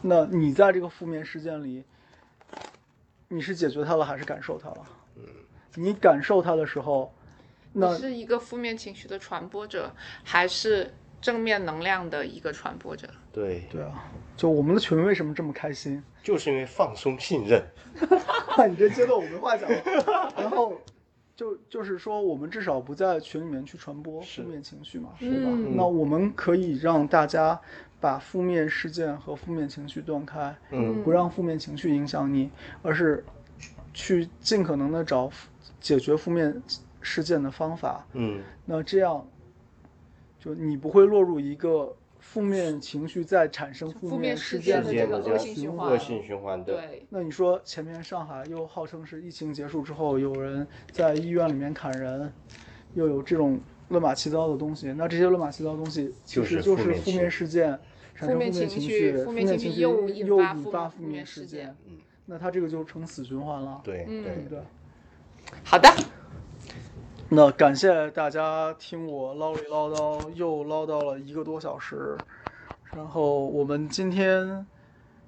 Speaker 1: 那你在这个负面事件里，你是解决它了还是感受它了？嗯，你感受它的时候，那
Speaker 3: 你是一个负面情绪的传播者，还是正面能量的一个传播者？
Speaker 2: 对，
Speaker 1: 对啊，就我们的群为什么这么开心？
Speaker 2: 就是因为放松信任。
Speaker 1: 你这接的我没话讲了。然后就就是说，我们至少不在群里面去传播负
Speaker 2: 是
Speaker 1: 面情绪嘛，
Speaker 3: 是
Speaker 1: 对吧？
Speaker 3: 嗯
Speaker 1: 那我们可以让大家把负面事件和负面情绪断开，
Speaker 2: 嗯
Speaker 1: 不让负面情绪影响你，而是去尽可能的找负解决负面事件的方法。
Speaker 2: 嗯
Speaker 1: 那这样，就你不会落入一个负面情绪再产生
Speaker 3: 负
Speaker 1: 负
Speaker 3: 面
Speaker 1: 面
Speaker 3: 事
Speaker 1: 事
Speaker 3: 件
Speaker 1: 件
Speaker 3: 的
Speaker 1: 的
Speaker 3: 这
Speaker 1: 这个
Speaker 3: 个恶
Speaker 1: 恶
Speaker 3: 性循环
Speaker 2: 恶性循环的。
Speaker 3: 对，
Speaker 1: 那你说前面上海又号称是疫情结束之后有人在医院里面砍人，又有这种乱码七糟的东西，那这些乱码七糟的东西其
Speaker 2: 就是
Speaker 1: 实就是
Speaker 2: 负面
Speaker 1: 负
Speaker 2: 情
Speaker 1: 面事件产生负
Speaker 3: 负面
Speaker 1: 面
Speaker 3: 情
Speaker 1: 情
Speaker 3: 绪
Speaker 1: 绪，
Speaker 3: 负
Speaker 1: 负
Speaker 3: 面
Speaker 1: 面
Speaker 3: 情
Speaker 1: 情
Speaker 3: 绪
Speaker 1: 绪
Speaker 3: 又引
Speaker 1: 又
Speaker 3: 发
Speaker 1: 引
Speaker 3: 负
Speaker 1: 发
Speaker 3: 面
Speaker 1: 负
Speaker 3: 负面
Speaker 1: 面
Speaker 3: 事
Speaker 1: 事
Speaker 3: 件
Speaker 1: 件。那它这个就成死循环了，
Speaker 2: 对
Speaker 3: 嗯
Speaker 1: 对不对？
Speaker 3: 好的，
Speaker 1: 那感谢大家听我唠里唠叨，又唠叨了一个多小时。然后我们今天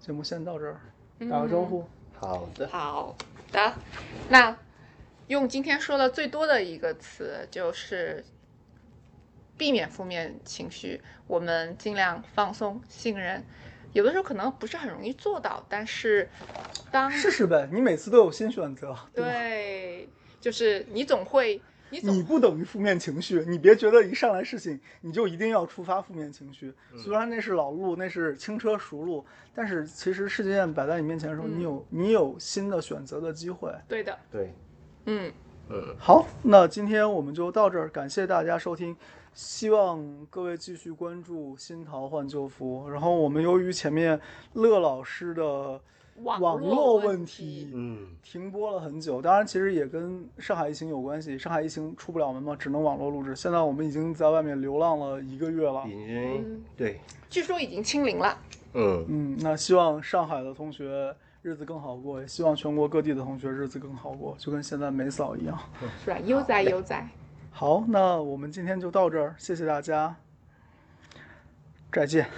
Speaker 1: 节目先到这儿，打个招呼。
Speaker 2: 好的，
Speaker 3: 嗯好的，那用今天说的最多的一个词就是避免负面情绪，我们尽量放松、信任。有的时候可能不是很容易做到，但是当
Speaker 1: 试试呗，你每次都有新选择，对吧？
Speaker 3: 嗯对，就是你总会，你总
Speaker 1: 你不等于负面情绪，你别觉得一上来事情你就一定要触发负面情绪。虽然那是老路，那是轻车熟路，但是其实事件摆在你面前的时候，
Speaker 3: 嗯
Speaker 1: 你有你有新的选择的机会。
Speaker 3: 对的，
Speaker 2: 对，
Speaker 3: 嗯，
Speaker 2: 嗯，
Speaker 1: 好，那今天我们就到这儿，感谢大家收听，希望各位继续关注新桃换旧符。然后我们由于前面乐老师的网
Speaker 3: 络
Speaker 1: 络
Speaker 3: 问
Speaker 1: 问题，
Speaker 2: 嗯，
Speaker 1: 停播了很久，当然其实也跟上海疫情有关系。上海疫情出不了门嘛，只能网络录制。现在我们已经在外面流浪了一个月了
Speaker 2: 已。经对，
Speaker 3: 据说已经清零了，
Speaker 2: 嗯，
Speaker 1: 嗯，那希望上海的同学日子更好过，也希望全国各地的同学日子更好过，就跟现在梅嫂一样。
Speaker 3: 是吧？悠哉悠哉，
Speaker 1: 好，那我们今天就到这儿，谢谢大家，再见。